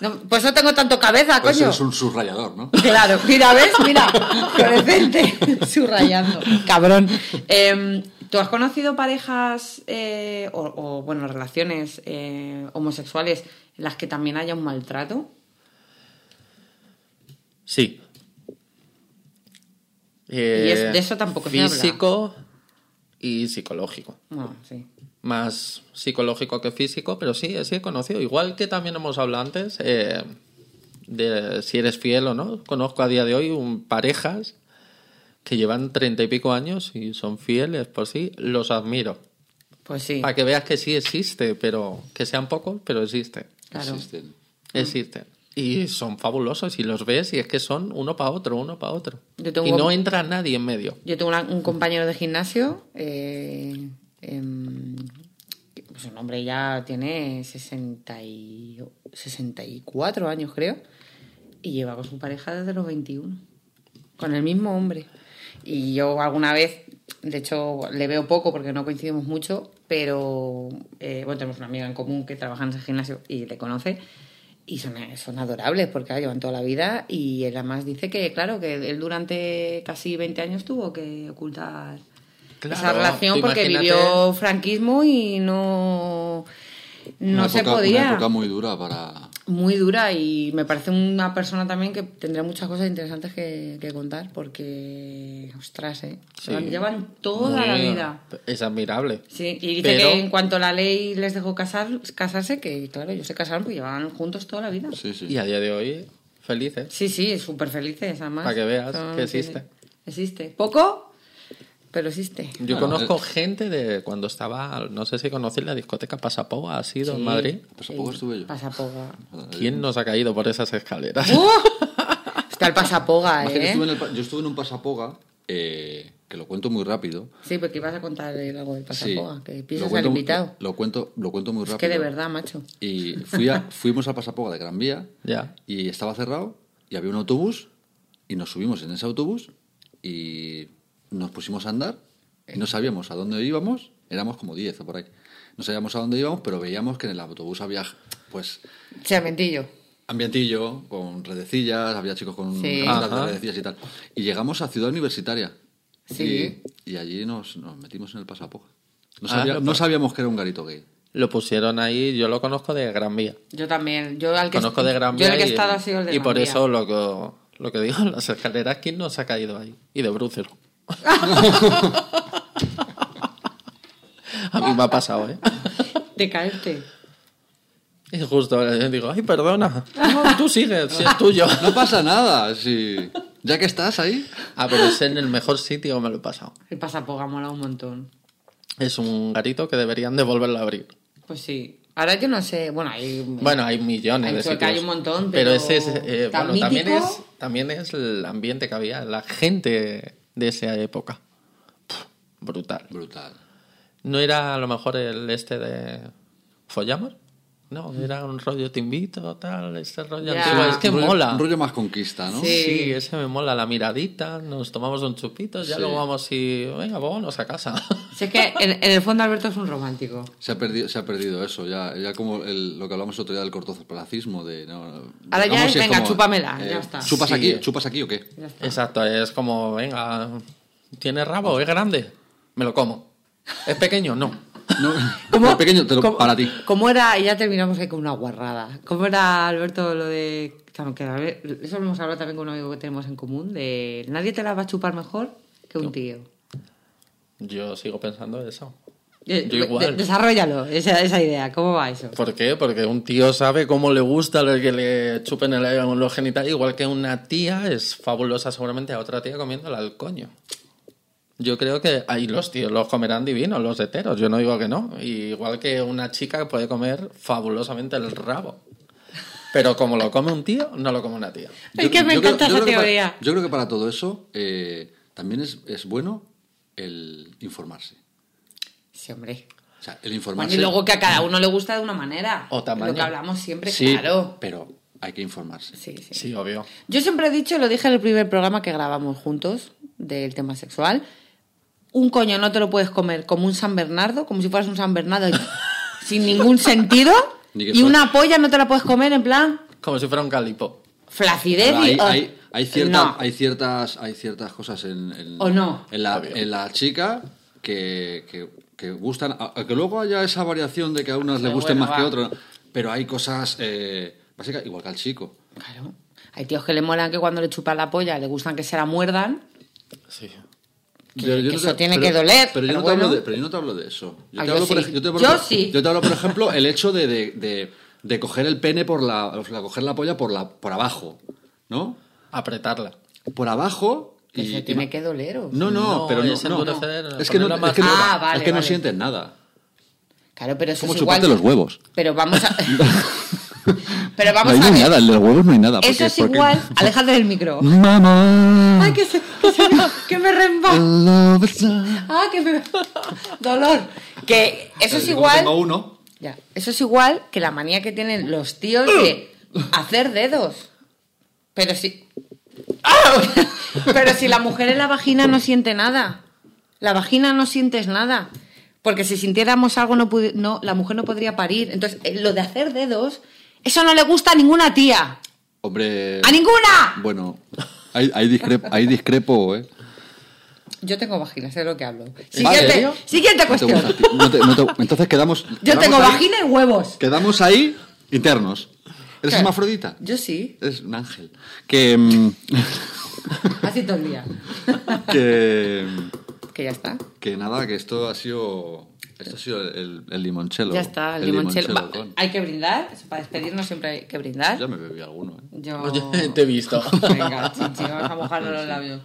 No, por eso tengo tanto cabeza, Pues coño. eres un subrayador, ¿no? Claro, mira, ¿ves? Mira, fluorescente, subrayando. Cabrón. Em, ¿Tú has conocido parejas eh, o, o, bueno, relaciones eh, homosexuales en las que también haya un maltrato? Sí. Eh, Y es- de eso tampoco se habla. Físico y psicológico. No, sí. Más psicológico que físico, pero sí, sí he conocido. Igual que también hemos hablado antes eh, de si eres fiel o no. Conozco a día de hoy un, parejas que llevan treinta y pico años y son fieles por sí. Los admiro. Pues sí. Para que veas que sí existe, pero que sean pocos, pero existe. Claro. Existen. Mm. Existen. Y son fabulosos y los ves y es que son uno para otro, uno para otro. Yo tengo Y un- no entra nadie en medio. Yo tengo una- un compañero de gimnasio, eh, em, que, pues su nombre ya tiene 60 y, 64 años, creo, y lleva con su pareja desde los 21, con el mismo hombre. Y yo alguna vez, de hecho, le veo poco porque no coincidimos mucho, pero eh, bueno, tenemos una amiga en común que trabaja en ese gimnasio y le conoce. Y son, son adorables porque claro, llevan toda la vida y él además dice que, claro, que él durante casi 20 años tuvo que ocultar Claro, esa relación tú porque imagínate- vivió franquismo y no, no Una se época- Una podía. época muy dura para. Muy dura y me parece una persona también que tendrá muchas cosas interesantes que, que contar porque, ostras, ¿eh? Sí. Llevan- llevan toda la Muy- vida. Es admirable. Sí, y dice Pero- que en cuanto la ley les dejó casar, casarse, que claro, ellos se casaron porque llevaban juntos toda la vida. Sí, sí. Y a día de hoy, felices. Sí, sí, súper felices, además. Para que veas que tiene- existe. Existe. Poco, pero existe. Yo Claro, conozco gente de cuando estaba, no sé si conocéis la discoteca Pasapoga, ha sido en Madrid. Pues tampoco estuve yo. Pasapoga. ¡Oh! ¿Quién nos ha caído por esas escaleras? Uh. Está el pasapoga, Más que yo, estuve en ¿eh? el pa- yo estuve en un pasapoga, eh, que lo cuento muy rápido. Sí, porque ibas a contar eh, algo del Sí. pasapoga, que Lo piensas al cuento- invitado. Lo cuento, lo cuento muy Es rápido. que de verdad, macho. Y fui a- fuimos al pasapoga de Gran Vía Ya. y estaba cerrado y había un autobús y nos subimos en ese autobús y nos pusimos a andar y no sabíamos a dónde íbamos, éramos como 10 o por ahí. No sabíamos a dónde íbamos, pero veíamos que en el autobús había, pues, Cementillo. ambientillo, con redecillas, había chicos con Sí. camisetas de Ajá. redecillas y tal. Y llegamos a Ciudad Universitaria. Sí. Y, y allí nos, nos metimos en el pasapoja. No, Ah, sabía- no, no sabíamos que era un garito gay. Lo pusieron ahí, yo lo conozco de Gran Vía. Yo también. Yo al que Conozco de Gran yo Vía. al que he y- estado ha sido el de y por Gran Vía. eso lo que, lo que digo, las escaleras, ¿quién no se ha caído ahí? Y de Bruces. A mí me ha pasado, ¿eh? Te caerte. Y justo ahora yo digo, ay, perdona. No, tú sigues, si es tuyo. No pasa nada, si... Ya que estás ahí. Ah, pero es en el mejor sitio me lo he pasado. El pasapoga mola un montón. Es un garito que deberían devolverlo a abrir. Pues sí. Ahora yo no sé. Bueno, hay. Bueno, hay millones En de Sueca sitios. hay un montón, pero ese es, eh, tan bueno, también mítico. es también es el ambiente que había, la gente de esa época. Puf, brutal. Brutal. ¿No era a lo mejor el este de Follamos? No, era un rollo te invito, tal, ese rollo Ya. antiguo. Es que Un rollo- mola. Un rollo más conquista, ¿no? Sí. Sí, ese me mola, la miradita, nos tomamos un chupito, ya Sí. luego vamos y, venga, vámonos a casa. Si es que en, en el fondo Alberto es un romántico. Se ha perdido, se ha perdido eso, ya, ya como el- lo que hablamos otro día del cortoplacismo de no, Ahora ya digamos, es, si eh, venga, chúpamela, ya está. ¿Chupas Sí. aquí? ¿Chupas aquí o qué? Ya está. Exacto, es como, venga, tiene rabo, es grande, me lo como. Es pequeño, no. No, el pequeño te lo- cómo- para ti. ¿Cómo era? Y ya terminamos ahí con una guarrada. ¿Cómo era, Alberto, lo de. claro, que a ver, Eso lo hemos hablado también con un amigo que tenemos en común: de nadie te la va a chupar mejor que un tío. Yo sigo pensando eso. Eh, Yo de- igual. desarrollalo, esa, esa idea. ¿Cómo va eso? ¿Por qué? Porque un tío sabe cómo le gusta lo que le chupen el, los genitales, igual que una tía es fabulosa seguramente a otra tía comiéndola al coño. Yo creo que ahí los tíos los comerán divinos, los heteros, yo no digo que no. Y igual que una chica puede comer fabulosamente el rabo. Pero como lo come un tío, no lo come una tía. Es que me encanta esa que para- teoría. yo creo que para todo eso eh, también es, es bueno el informarse. Sí, hombre. O sea, el Bueno, informarse. y luego que a cada uno le gusta de una manera. O tamaño. Lo que hablamos siempre, sí, claro. pero hay que informarse. Sí, sí. Sí, obvio. Yo siempre he dicho, lo dije en el primer programa que grabamos juntos del tema sexual, un coño no te lo puedes comer como un San Bernardo, como si fueras un San Bernardo y- sin ningún sentido, Ni que y una polla no te la puedes comer en plan Como si fuera un calipo. flacidez. Pero hay, y- oh, hay, hay cierta- No. hay ciertas hay ciertas cosas en, en- O no. en, la, Obvio. en la chica que, que- que gustan a- a que luego haya esa variación de que a unas le Pero gusten bueno, más que va. otras pero hay cosas eh, básicas igual que al chico Claro. Hay tíos que le molan que cuando le chupan la polla le gustan que se la muerdan. Sí. Que- que eso tiene que doler, pero yo, pero no te hablo bueno. de, pero yo no te hablo de eso yo, Ah, te yo hablo, por, sí. ej- yo te- por Yo ejemplo- sí. yo te hablo, por ejemplo el hecho de, de- de- de coger el pene por la o sea, coger la polla por la por abajo no Apretarla. por abajo Que y- se y tiene ma- que doler. o- No, no, No, pero no, es no. endurecer, Es que no, ponerlo es que no, más- Ah, vale, es que no vale. sientes nada. Claro, pero eso Como es igual. chuparte los huevos. Pero vamos a... pero vamos no a hay ver. nada, en los huevos no hay nada. Eso porque- es porque- igual. Aléjate del micro. Mamá. Ay, que, se- que, se- que me I remba. love it. Ah, que me... Dolor. Que eso es Como igual... Tengo uno. Ya, eso es igual que la manía que tienen los tíos de hacer dedos. Pero si... ¡Ah! Pero si la mujer en la vagina no siente nada. La vagina no sientes nada. Porque si sintiéramos algo, no, pudi- no la mujer no podría parir. Entonces, eh, lo de hacer dedos, eso no le gusta a ninguna tía. Hombre. ¡A ninguna! Bueno, hay, hay, discrepo, hay discrepo, ¿eh? Yo tengo vagina, sé lo que hablo. ¿En Siguiente, serio? siguiente No te cuestión. gusta a ti, no te- no te- entonces quedamos. Yo quedamos tengo ahí- vagina y huevos. Quedamos ahí internos. ¿Eres Claro. hermafrodita? Yo sí, Es un ángel. Que. mm, así todo el día. que. mm, que ya está. Que nada, que esto ha sido. Esto ha sido el, el limonchelo. Ya está, el, limonchelo. Va, con- Hay que brindar, eso, para despedirnos siempre hay que Ya brindar. me bebí alguno, ¿eh? Yo... Oye, te he visto. Venga, chinchi, vamos a mojarnos los labios.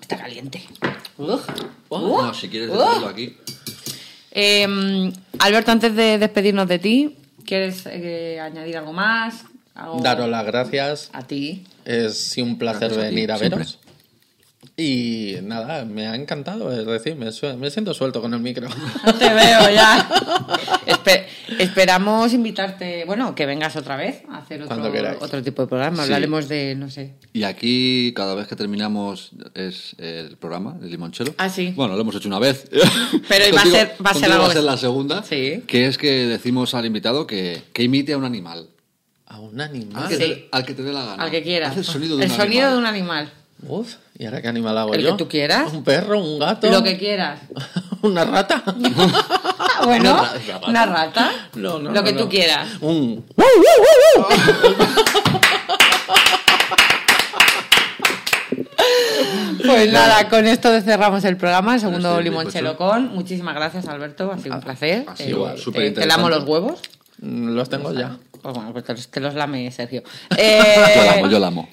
Está caliente. Uf. Uf. no, si quieres Uf. decirlo aquí. Eh, Alberto, antes de despedirnos de ti, ¿quieres eh, añadir algo más? Algo Daros las gracias. A ti. Es sí, un placer Gracias a ti, venir a, siempre. veros. Y nada, me ha encantado, es decir, me, sue- me siento suelto con el micro. No te veo ya. Espe- Esperamos invitarte, bueno, que vengas otra vez a hacer Cuando otro, queráis. otro tipo de programa. Sí. Hablaremos de, no sé. Y aquí, cada vez que terminamos es el programa, el limonchelo. Ah, sí. Bueno, lo hemos hecho una vez. Pero iba a Contigo- ser- va a ser contigo algo va a ser así. la segunda. Sí. Que es que decimos al invitado que, que imite a un animal. A un animal. Al, que Ah, sí. te, al que te dé la gana. Al que quieras. Haz el sonido de El un sonido animal. de un animal. Uf, ¿y ahora qué animal hago El yo? que tú quieras. ¿Un perro? ¿Un gato? Lo que quieras. ¿Una rata? Ah, bueno, Una rata. una rata. No, no, Lo que no, tú no. quieras. Un... Pues nada, con esto cerramos el programa, el segundo estoy limonchelo dispuesto. con. Muchísimas gracias, Alberto. Ha sido un placer. ha sido Eh, te, superinteresante. te lamo los huevos. Mm, Los tengo ya. Pues bueno, pues te los, te los lame, Sergio. Ah, Yo la amo, Eh, yo la amo.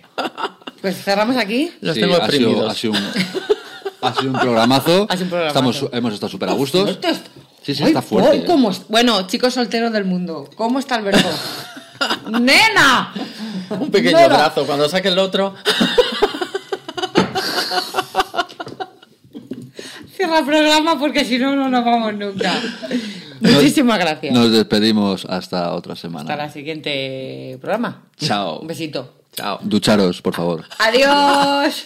pues cerramos aquí. Los Sí, tengo ha sido, exprimidos. ha sido un, ha sido un programazo. Ha sido un programazo. Estamos, su- hemos estado súper a gustos. Esto es- Sí, sí, Ay, está fuerte. ay, cómo es- Bueno, chicos solteros del mundo, ¿cómo está Alberto? ¡Nena! Un pequeño Nena. abrazo. Cuando saque el otro... Cierra el programa porque si no, no nos vamos nunca. Nos- Muchísimas gracias. Nos despedimos hasta otra semana. Hasta la siguiente programa. Chao. Un besito. Chao. Ducharos, por favor. Adiós.